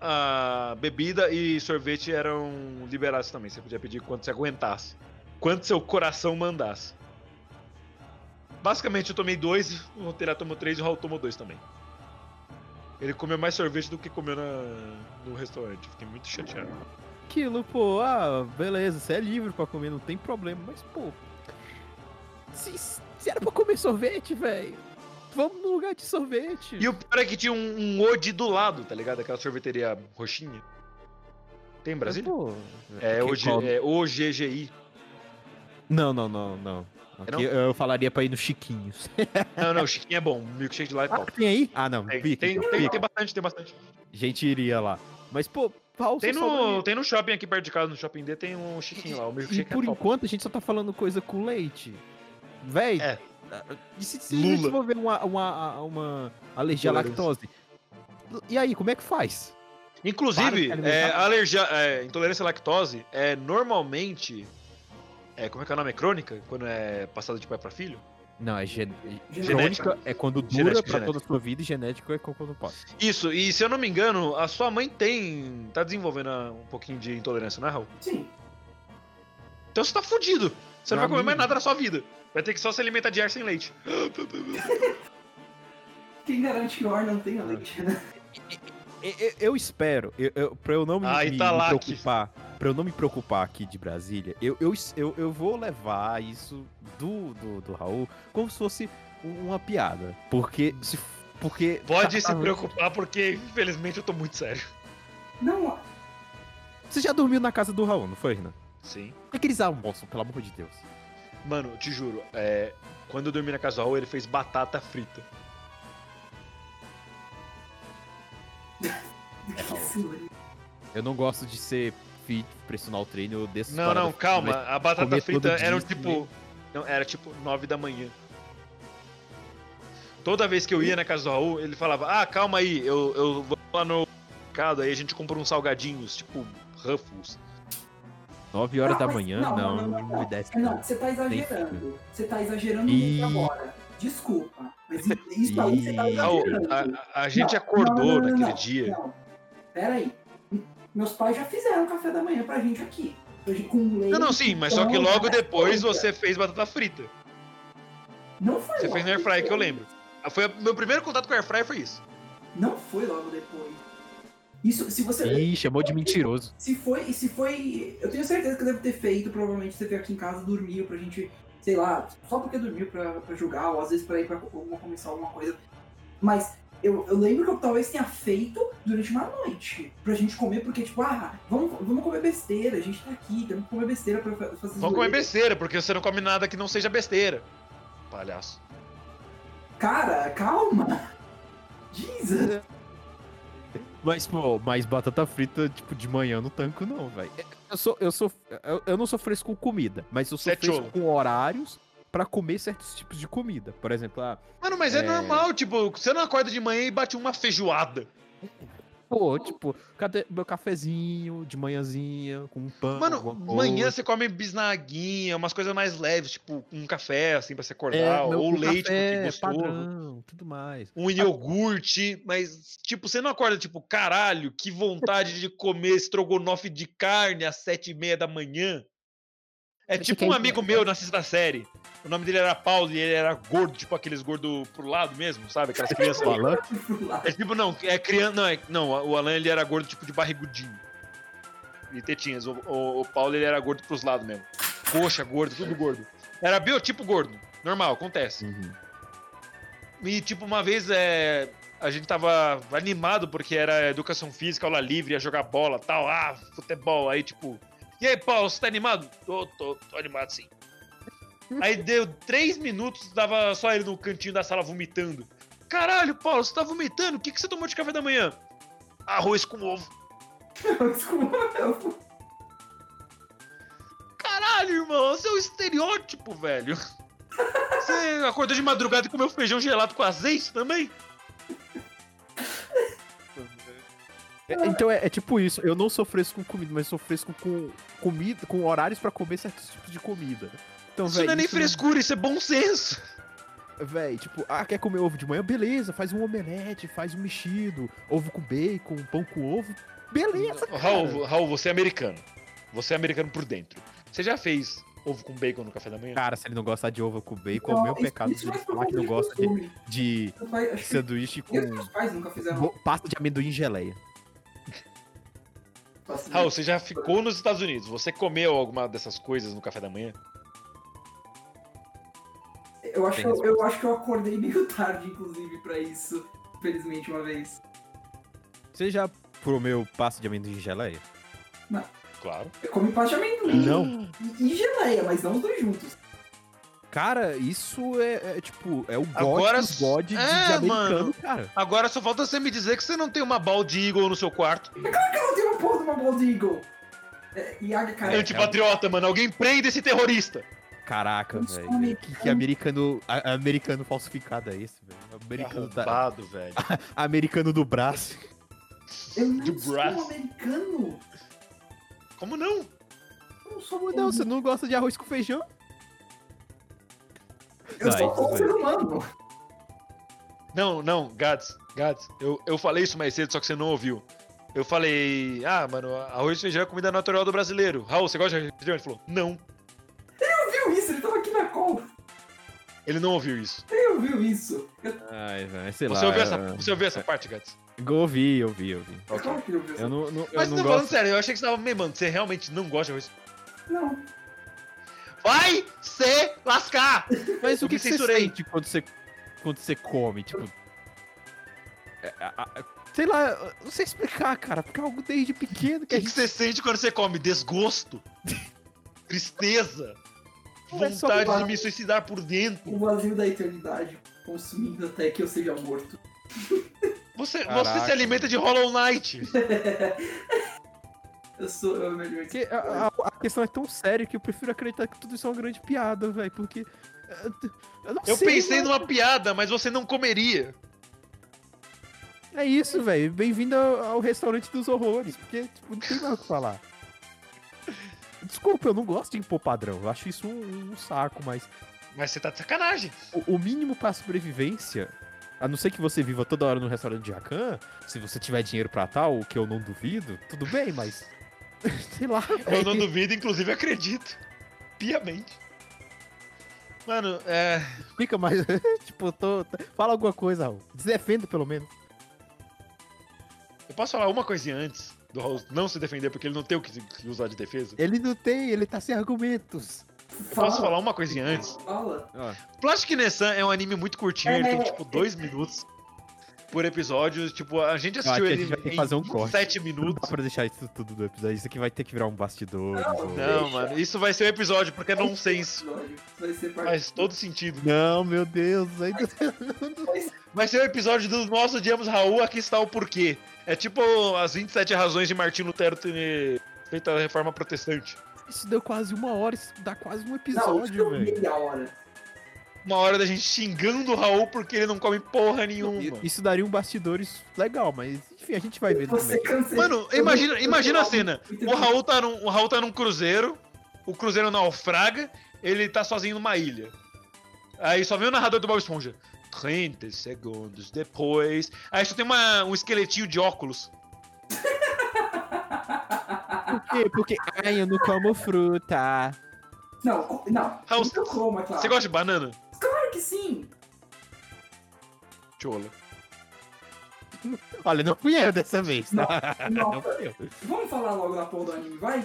a bebida e sorvete eram liberados também. Você podia pedir quanto você aguentasse. Quanto seu coração mandasse. Basicamente, eu tomei dois, o Roteira tomou três e o Raul tomou dois também. Ele comeu mais sorvete do que comeu na- no restaurante. Fiquei muito chateado. Aquilo, pô, ah, beleza, você é livre pra comer, não tem problema, mas, pô. Se, se era pra comer sorvete, velho, vamos no lugar de sorvete. E o pior é que tinha um, um Odi do lado, tá ligado? Aquela sorveteria roxinha. Tem em Brasília? Pô, É, quem hoje, come- é OGGI. Não, não, não, não. É não? Aqui eu falaria pra ir no Chiquinhos. Não, não, o Chiquinho é bom. O milkshake de lá é Ah, top. tem aí? Ah, não. Tem, pique, tem, então, tem, pique. tem bastante, tem bastante. Gente iria lá. Mas, pô, Raul, Tem só sobra no, tem no shopping aqui perto de casa, no shopping D, tem um Chiquinho lá. O E milkshake é por top. enquanto a gente só tá falando coisa com leite. Véi. É. E se, se a gente Lula. desenvolver uma, uma, uma alergia à Intolerância. lactose? E aí, como é que faz? Para de Inclusive, se alimentar. é, alergia, é, intolerância à lactose é normalmente. É, como é que é o nome? É crônica? Quando é passado de pai pra filho? Não, é gen... Genética. crônica é quando dura Genética, pra genética. toda a sua vida e genético é quando passa. Isso, e se eu não me engano, a sua mãe tem. tá desenvolvendo ah, um pouquinho de intolerância, né, Raul? sim. Então você tá fudido. Você não vai Meu comer mais amigo. nada na sua vida. Vai ter que só se alimentar de ar sem leite. Quem garante que o ar não tenha leite, né? Eu, eu- eu espero, eu, eu, pra eu não me, Ah, me- me Italac. preocupar, pra eu não me preocupar aqui de Brasília, eu, eu, eu, eu vou levar isso do, do, do Raul como se fosse uma piada. Porque. Se, porque Pode tá- se preocupar, porque infelizmente eu tô muito sério. Não, Você já dormiu na casa do Raul, não foi, Renan? Sim. Por que eles almoçam, pelo amor de Deus? Mano, eu te juro, é, quando eu dormi na casa do Raul, ele fez batata frita. que isso, velho. Eu não gosto de ser fit, pressionar o treino, eu desço Não, não, calma. A batata comer frita todo era um dia, tipo. Não, era tipo 9 da manhã. Toda vez que eu ia na casa do Raul, ele falava: Ah, calma aí, eu, eu vou lá no mercado, aí a gente compra uns salgadinhos, tipo Ruffles. 9 horas Não, da mas- manhã? não, Não, não, não, não, não, me desce. Não, você tá exagerando. Você tá exagerando muito Ih. agora. Desculpa. Mas isso aí você tá Ih. Raul, exagerando. a, a- a gente Não, acordou não, não, não, naquele não, dia. Não, peraí. Meus pais já fizeram café da manhã pra gente aqui. Pra gente- Com um leite, Não, não, sim, mas só que pão, logo essas depois coisas. você fez batata frita. Não foi Você logo fez no airfryer, que eu depois. lembro. Ah, Foi o meu primeiro contato com o airfryer foi isso. Não foi logo depois. Isso, se você. Ih, chamou de mentiroso. Se foi, e se foi. Eu tenho certeza que eu devo ter feito, provavelmente você veio aqui em casa, dormiu pra gente, sei lá, só porque dormiu pra, pra julgar, ou às vezes pra ir pra alguma comissão, alguma coisa. Mas eu, eu lembro que eu talvez tenha feito durante uma noite. Pra gente comer, porque, tipo, ah, vamos, vamos comer besteira, a gente tá aqui, temos que comer besteira pra fa- fazer Vamos comer zoeira. besteira, porque você não come nada que não seja besteira. Palhaço. Cara, calma! Jesus! Mas, pô, mas batata frita, tipo, de manhã no tanco, não, velho. É, Eu sou, eu sou, eu, eu não sou fresco com comida, mas eu sou Sete fresco ovo. com horários pra comer certos tipos de comida. Por exemplo, ah, Mano, mas é, É. normal, tipo, você não acorda de manhã e bate uma feijoada. pô, tipo, cadê meu cafezinho de manhãzinha com um pão? Mano, alguma manhã coisa? você come bisnaguinha, umas coisas mais leves, tipo um café, assim, pra você acordar, é, meu, ou com leite, café, porque gostoso. padrão, tudo mais. Um iogurte, mas, tipo, você não acorda, tipo, caralho, que vontade de comer estrogonofe de carne às sete e meia da manhã. É Você tipo quer um ir amigo pra- meu na sexta série. O nome dele era Paulo e ele era gordo, tipo aqueles gordos pro lado mesmo, sabe? Aquelas crianças. O Alan, É tipo, não, é criança. Não, é- não, o Alan ele era gordo tipo de barrigudinho. E tetinhas. O, o- o Paulo ele era gordo pros lados mesmo. Coxa, gordo, tudo gordo. Era biotipo gordo. Normal, acontece. Uhum. E tipo, uma vez é, a gente tava animado porque era educação física, aula livre, ia jogar bola tal. Ah, futebol. Aí tipo, e aí, Paulo, você tá animado? Tô, tô, tô animado sim. Aí deu três minutos, tava só ele no cantinho da sala vomitando. Caralho, Paulo, você tá vomitando? O que, que você tomou de café da manhã? Arroz com ovo. Desculpa, eu- Caralho, irmão, você é um estereótipo, velho. Você acordou de madrugada e comeu feijão gelado com azeite também? É, Então é, é tipo isso, eu não sou fresco com comida, mas sou fresco com comida, com horários pra comer certos tipos de comida. Então, Isso véi, não é nem não- frescura, isso é bom senso. Véi, tipo, ah, quer comer ovo de manhã? Beleza, faz um omelete, faz um mexido, ovo com bacon, pão com ovo. Beleza, cara. Raul, Raul, você é americano. Você é americano por dentro. Você já fez ovo com bacon no café da manhã? Cara, se ele não gosta de ovo com bacon, é o meu Isso- pecado isso de mais por falar que conta não de gosta de, costume. de Meu pai- acho que- sanduíche com Meus pais nunca fizeram bo- pasta de amendoim e geleia. isso. Raul, você já ficou nos Estados Unidos. Você comeu alguma dessas coisas no café da manhã? Eu acho, que Tem eu, eu acho que eu acordei meio tarde, inclusive, pra isso. Felizmente, uma vez. Você já comeu pasta de amendoim e geleia? Claro. Eu comi pasta de amendoim Não. Hum. e, e geleia, mas não os dois juntos. Cara, isso é, é, tipo, é o god Agora do s- god de, de é, americano, mano. cara. Agora só falta você me dizer que você não tem uma ball de Eagle no seu quarto. Eu não tenho uma porra de uma Bald Eagle. É, e a cara. tipo, Antipatriota, mano. Alguém prende esse terrorista. Caraca, Isso é velho. americano. Que, que americano, a- americano falsificado é esse, velho? Americano, da, Arrombado, velho. americano do braço. Eu não de sou braço. um americano. Como não? Eu não sou um Não, você não gosta de arroz com feijão? Eu Não, sou isso um é- ser humano. Não, não, Gads, Gads. Eu, eu falei isso mais cedo, só que você não ouviu. Eu falei, ah, mano, arroz e feijão é comida natural do brasileiro. Raul, você gosta de arroz e feijão? Ele falou, não. Você viu isso? Ele tava aqui na call. Ele não ouviu isso. Você viu isso? Ai, velho, sei Você lá. é. ouviu, essa, eu- você ouviu essa parte, Gads? Eu ouvi, eu ouvi, eu ouvi. É Claro que eu vi Eu isso. não, não, eu Mas não eu tô falando gosto. sério, eu achei que você tava me mano, você realmente não gosta de arroz. Não. Vai se lascar! Mas Eu o que, me que você censurei. sente quando você, quando você come, tipo... É, a- a- Sei lá, eu não sei explicar, cara, porque é algo desde pequeno O que a É que, que gente você sente quando você come? Desgosto, tristeza, Não é só vontade de barulho. me suicidar por dentro. O vazio da eternidade consumindo até que eu seja morto. Você, você se Caraca. alimenta de Hollow Knight. Eu sou. Eu me admito. Porque a, a- a questão é tão séria que eu prefiro acreditar que tudo isso é uma grande piada, velho. Porque. eh, Eu, não Eu sei, né? pensei mano. numa piada, mas você não comeria. É isso, velho. Bem-vindo ao, ao restaurante dos horrores. Porque, tipo, não tem mais o que falar. Desculpa, eu não gosto de impor padrão. Eu acho isso um, um saco, mas Mas você tá de sacanagem. o, o mínimo pra sobrevivência. A não ser que você viva toda hora no restaurante de Jacan, se você tiver dinheiro pra tal, o que eu não duvido, tudo bem, mas. Sei lá. Eu velho. não duvido, inclusive acredito. Piamente. Mano, é. Explica mais. tipo, tô, tô- fala alguma coisa, Raul. Se defenda pelo menos. Eu posso falar uma coisinha antes do Raul não se defender, porque ele não tem o que que usar de defesa? Ele não tem, ele tá sem argumentos. Eu posso falar uma coisinha antes? Fala. Plastic Nessan é um anime muito curtinho, ele É. tem tipo dois minutos por episódio. Tipo, a gente acho assistiu que a ele gente vai ter que em fazer um corte. 7 Não dá minutos. pra deixar isso tudo do episódio. Isso aqui vai ter que virar um bastidor. Não, ou- Não, mano, isso vai ser um episódio, porque é nonsense. Episódio. Isso Vai ser parte. Faz todo sentido. Não, meu Deus. Aí... Vai ser o episódio do Nós Odiamos Raul, aqui está o porquê. É tipo as 27 razões de Martin Lutero ter feito a reforma protestante. Isso deu quase uma hora, isso dá quase um Não, episódio, tipo, velho. meia hora. Uma hora da gente xingando o Raul porque ele não come porra nenhuma. Isso daria um bastidores legal, mas enfim, a gente vai ver Você também. cansei. Mano, Eu imagina, não- imagina a cena. Muito O Raul, tá num, o Raul tá num cruzeiro, o cruzeiro naufraga, ele tá sozinho numa ilha. Aí só vem o narrador do Bob Esponja. 30 segundos depois. Aí só tem uma, um esqueletinho de óculos. Por quê? Porque, ai, eu não como fruta. Não, co- não. Raul, Então coma, claro. Você gosta de banana? Claro que sim. Chola. Olha, não fui eu dessa vez, tá? Ah, Não, Não fui eu. vamos falar logo da porra do anime, vai?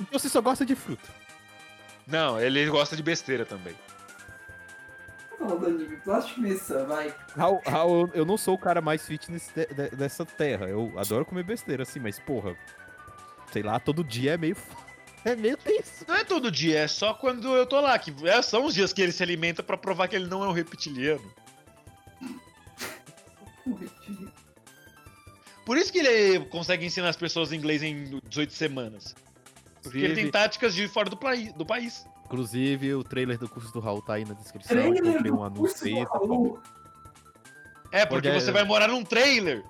Então Você só gosta de fruta. Não, ele gosta de besteira também. Vamos falar do anime. Plastic Mesa, vai. Raul, Raul, eu- eu não sou o cara mais fitness de- de- dessa terra. Eu adoro comer besteira, assim, mas, porra, sei lá, todo dia é meio. f- É meio tenso. Não é todo dia, é só quando eu tô lá. Que é- são os dias que ele se alimenta pra provar que ele não é um reptiliano. Por isso que ele consegue ensinar as pessoas inglês em 18 semanas. Porque ele tem Inclusive, táticas de fora do, plaí- do país. inclusive, o trailer do curso do Raul tá aí na descrição. Eu Trailer comprei do um curso do anúncio. Raul. É, porque Olha- você vai morar num trailer.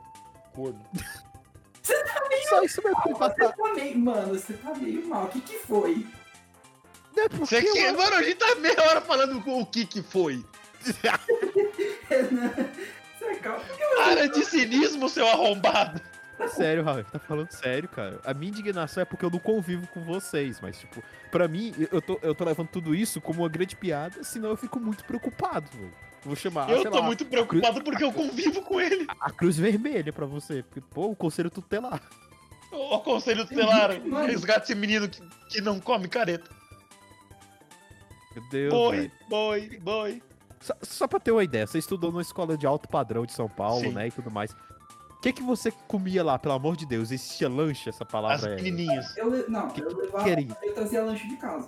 Corno. Só isso mesmo que eu faço. Você tá meio... Mano, você tá meio mal. O que que foi? Não é porque Você que... eu- Mano, a gente tá meia hora falando o que que foi. Renan, você é calma. Por que Para de cinismo, seu arrombado. Sério, Raul, tá falando sério, cara. A minha indignação é porque eu não convivo com vocês, mas, tipo, pra mim, eu- eu tô, eu tô levando tudo isso como uma grande piada, senão eu fico muito preocupado, velho. Vou chamar. eu Ah, sei tô lá, muito preocupado porque eu convivo com ele. A Cruz Vermelha pra você, porque, pô, o conselho tutelar. Ó, conselho tutelar, Mano. resgate esse menino que, que não come careta. Meu Deus. Boi, velho. boi, boi. Só, só pra ter uma ideia, você estudou numa escola de alto padrão de São Paulo, Sim. né, e tudo mais. O que que você comia lá, pelo amor de Deus? Existia lanche, essa As palavra é... menininhas. Eu, le- não, Que- eu levava... querido. Eu trazia lanche de casa.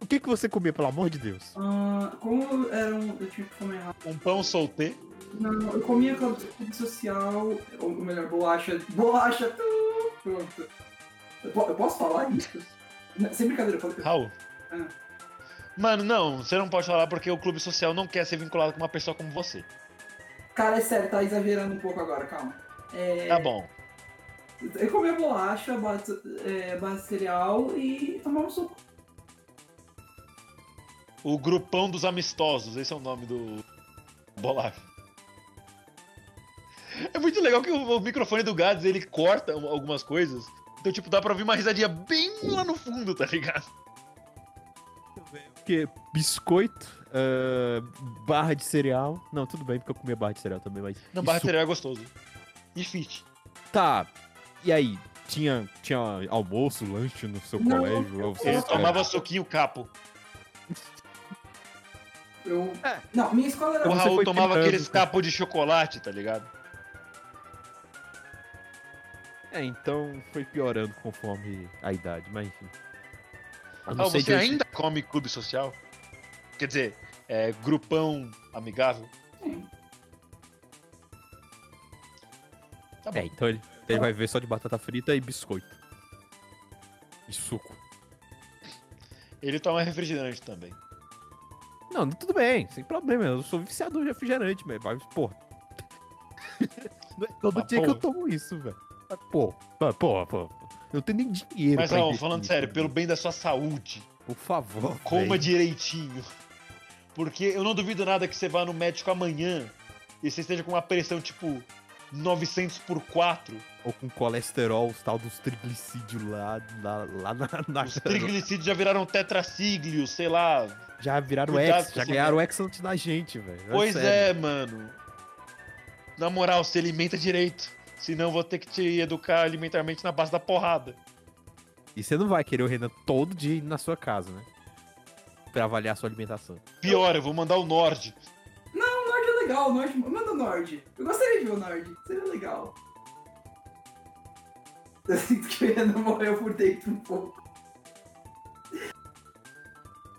O que que você comia, pelo amor de Deus? Ah, como era um... Eu tive que comer errado. Um pão soltê. Não, eu comia aquela clube social... Ou melhor, bolacha... Bolacha! tu, Pronto. Eu, po- eu posso falar isso? Não, sem brincadeira, eu falei... Raul. Ah. Mano, não, você não pode falar porque o clube social não quer ser vinculado com uma pessoa como você. Cara, é sério, tá exagerando um pouco agora, calma. É, Tá bom. Eu comia bolacha, base, é, base de cereal e tomava um suco. O grupão dos amistosos, esse é o nome do bolacha. É muito legal que o o microfone do Gads ele corta um- algumas coisas. Então, tipo, dá pra ouvir uma risadinha bem lá no fundo, tá ligado? Porque biscoito, ah, barra de cereal... Não, tudo bem, porque eu comia barra de cereal também, mas... Não, barra isso- cereal é gostoso. E fit. Tá, e aí? Tinha, tinha almoço, lanche no seu Não, colégio? ou você Ele era- tomava soquinho capo. Eu... É. Não, minha escola era. O Você Raul foi tomava pintando, aqueles cara. capos de chocolate, tá ligado? É, então foi piorando conforme a idade, mas enfim. Eu Raul, sei Ah, você de onde- ainda come clube social? Quer dizer, é, grupão amigável? Sim. Tá bom. É, então ele, ele vai ver só de batata frita e biscoito. E suco. Ele toma refrigerante também. Não, tudo bem, sem problema. Eu sou viciado em refrigerante, velho. Mas, pô. Não é todo Mas, dia que pô. eu tomo isso, velho. Mas, Pô, mas, pô, pô. Eu não tenho nem dinheiro. Mas, pra Raul, investir falando nisso, sério, velho. pelo bem da sua saúde, Por favor. coma velho. direitinho. Porque eu não duvido nada que você vá no médico amanhã e você esteja com uma pressão tipo 900 por 4, Ou com colesterol, os tal dos triglicídios lá, lá, lá na, na- os triglicídios já viraram tetracíglios, sei lá. Já viraram Cuidado ex, com já essa ganharam ex antes da gente, velho. Pois sério. é, mano. Na moral, se alimenta direito. Senão eu vou ter que te educar alimentarmente na base da porrada. E você não vai querer o Renan todo dia indo na sua casa, né? Pra avaliar a sua alimentação. Pior, eu vou mandar o Nord. O Nord é legal, o Nord. Manda o Nord. Eu gostaria de ver o Nord. Seria legal. Eu sinto que o Renan morreu por dentro um pouco.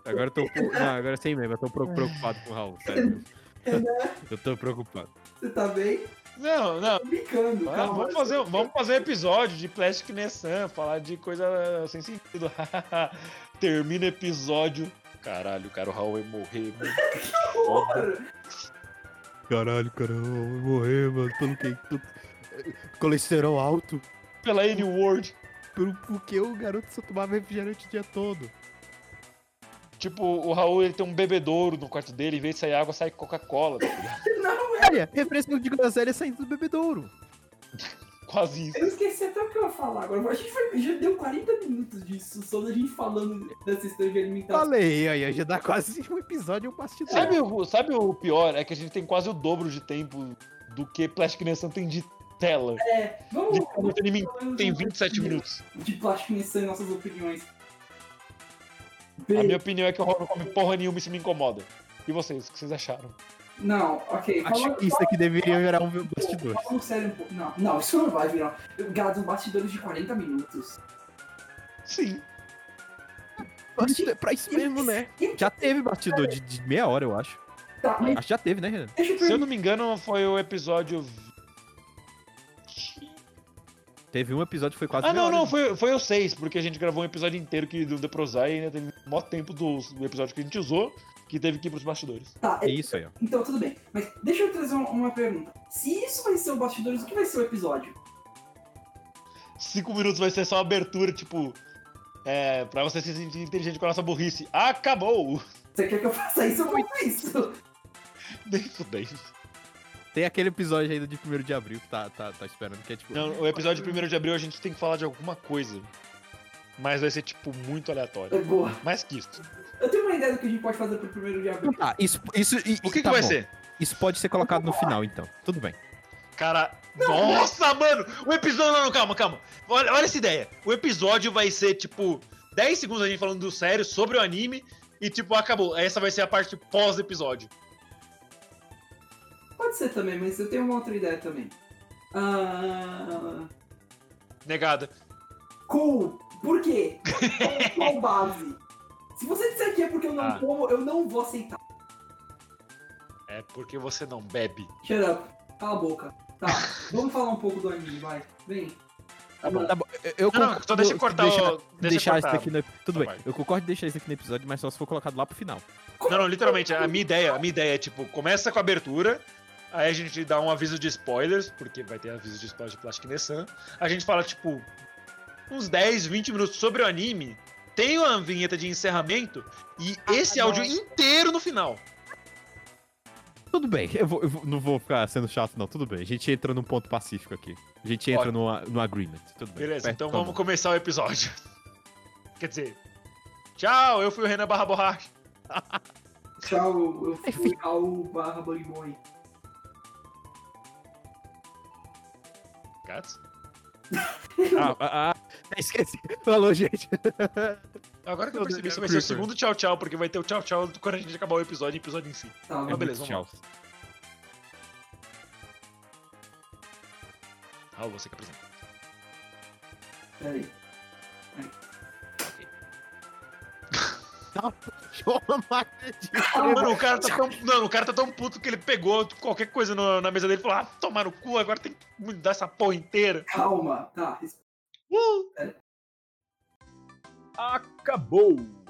Agora eu tô. Não, agora sem mesmo, eu tô pro- preocupado com o Raul, sério. mesmo. eu tô preocupado. Você tá bem? Não, não. Tô brincando, Ah, calma. vamos, fazer, vamos fazer um episódio de Plastic Nessan, falar de coisa sem sentido. Termina o episódio. Caralho, cara, o Raul vai morrer. mano. Porra! Caralho, cara, eu vou morrer, mano. Pelo que. Colesterol alto. Pela N-Word. Pelo porque o garoto só tomava refrigerante o dia todo. Tipo, o Raul ele tem um bebedouro no quarto dele, em vez de sair água, sai Coca-Cola. tá ligado? Não, Olha, refresco de groselha saindo do bebedouro. Quase isso. eu esqueci até o que eu ia falar agora. A gente foi- já deu 40 minutos disso, só da gente falando dessa história de alimentação. Falei, aí, aí já dá quase um episódio um bastidor. Sabe o, sabe o pior? É que a gente tem quase o dobro de tempo do que Plastic Nessan tem de tela. É, vamos. De entretenimento tem 27 minutos. De plástico em nossas opiniões. A Bem, minha opinião é que o Raul não come porra nenhuma e isso me incomoda. E vocês, o que vocês acharam? Não, ok. Acho falando- que isso aqui deveria virar um bastidor. Falando sério um pouco. Não, não, isso não vai virar. Gado, um bastidores de 40 minutos. Sim. Bastidor, pra isso mesmo, né? Já teve bastidor de, de meia hora, eu acho. Tá, mas Acho que já teve, né, Renan? deixa eu Se eu perguntar. não me engano, foi o episódio. Teve um episódio que foi quase Ah, meia não, hora. não, foi, foi o 6, porque a gente gravou um episódio inteiro que do Deprozai e ainda teve o maior tempo do, do episódio que a gente usou, que teve que ir pros bastidores. Tá, É é- isso aí, ó. então tudo bem. Mas deixa eu trazer um- uma pergunta. Se isso vai ser o bastidores, o que vai ser o episódio? Cinco minutos vai ser só abertura, tipo. É, pra você se sentir inteligente com a nossa burrice. Acabou! Você quer que eu faça isso? Eu faço isso. Nem fudei. Tem aquele episódio ainda de 1 de abril que tá, tá, tá esperando, que é tipo. Não, o episódio 1 de abril a gente tem que falar de alguma coisa. Mas vai ser, tipo, muito É aleatório. boa. Mais que isso. Eu tenho uma ideia do que a gente pode fazer pro primeiro de abril. Tá, isso. isso e- O que, tá que vai bom. ser? Isso pode ser colocado no final, então. Tudo bem. Cara, nossa, mano! O episódio. Não, não, calma, calma. Olha, olha essa ideia. O episódio vai ser, tipo, 10 segundos a gente falando do sério sobre o anime e, tipo, acabou. Essa vai ser a parte pós-episódio. Pode ser também, mas eu tenho uma outra ideia também. Ah, Negada. cool. Por quê? Qual base? Se você disser que é porque eu não Ah. como, eu não vou aceitar. É porque você não bebe. Shut up. Cala a boca. Tá, vamos falar um pouco do anime, vai. Vem. Tá bom. Tá bom, eu- Eu Não, não, só deixa eu cortar deixa- o. Deixa deixar isso cortar. daqui no. Tudo Tá bem. bom. Eu concordo em deixar isso aqui no episódio, mas só se for colocado lá pro final. Não, não, literalmente, a minha ideia, a minha ideia é, tipo, começa com a abertura, aí a gente dá um aviso de spoilers, porque vai ter aviso de spoilers de Plastic Nessan. A gente fala, tipo, uns 10, 20 minutos sobre o anime, tem uma vinheta de encerramento e esse áudio inteiro no final. Tudo bem, eu, vou- eu vou- não vou ficar sendo chato, não. Tudo bem. A gente entra num ponto pacífico aqui. A gente entra Ótimo. no, no agreement. Tudo bem. Beleza, Perto então todo vamos mundo. começar o episódio. Quer dizer, tchau, eu fui o Renan Barra Borracha. Tchau, eu- eu fui ao barra Bunny Boy. Gats? Ah, ah, ah, esqueci. Falou, gente. Agora que eu Meu percebi, Deus, isso vai ser o Creeper. segundo tchau, tchau, porque vai ter o tchau, tchau quando a gente acabar o episódio, episódio em si. Tá, Ah, mas beleza, vamos Tchau. Ah, você que apresenta. peraí. Show, não acredito. Ah, mano, o cara tá tão. Não, o cara tá tão puto que ele pegou qualquer coisa no- na mesa dele e falou: ah, tomar no cu, agora tem que Tá, mudar essa porra inteira. Calma, tá. Uh! acabou!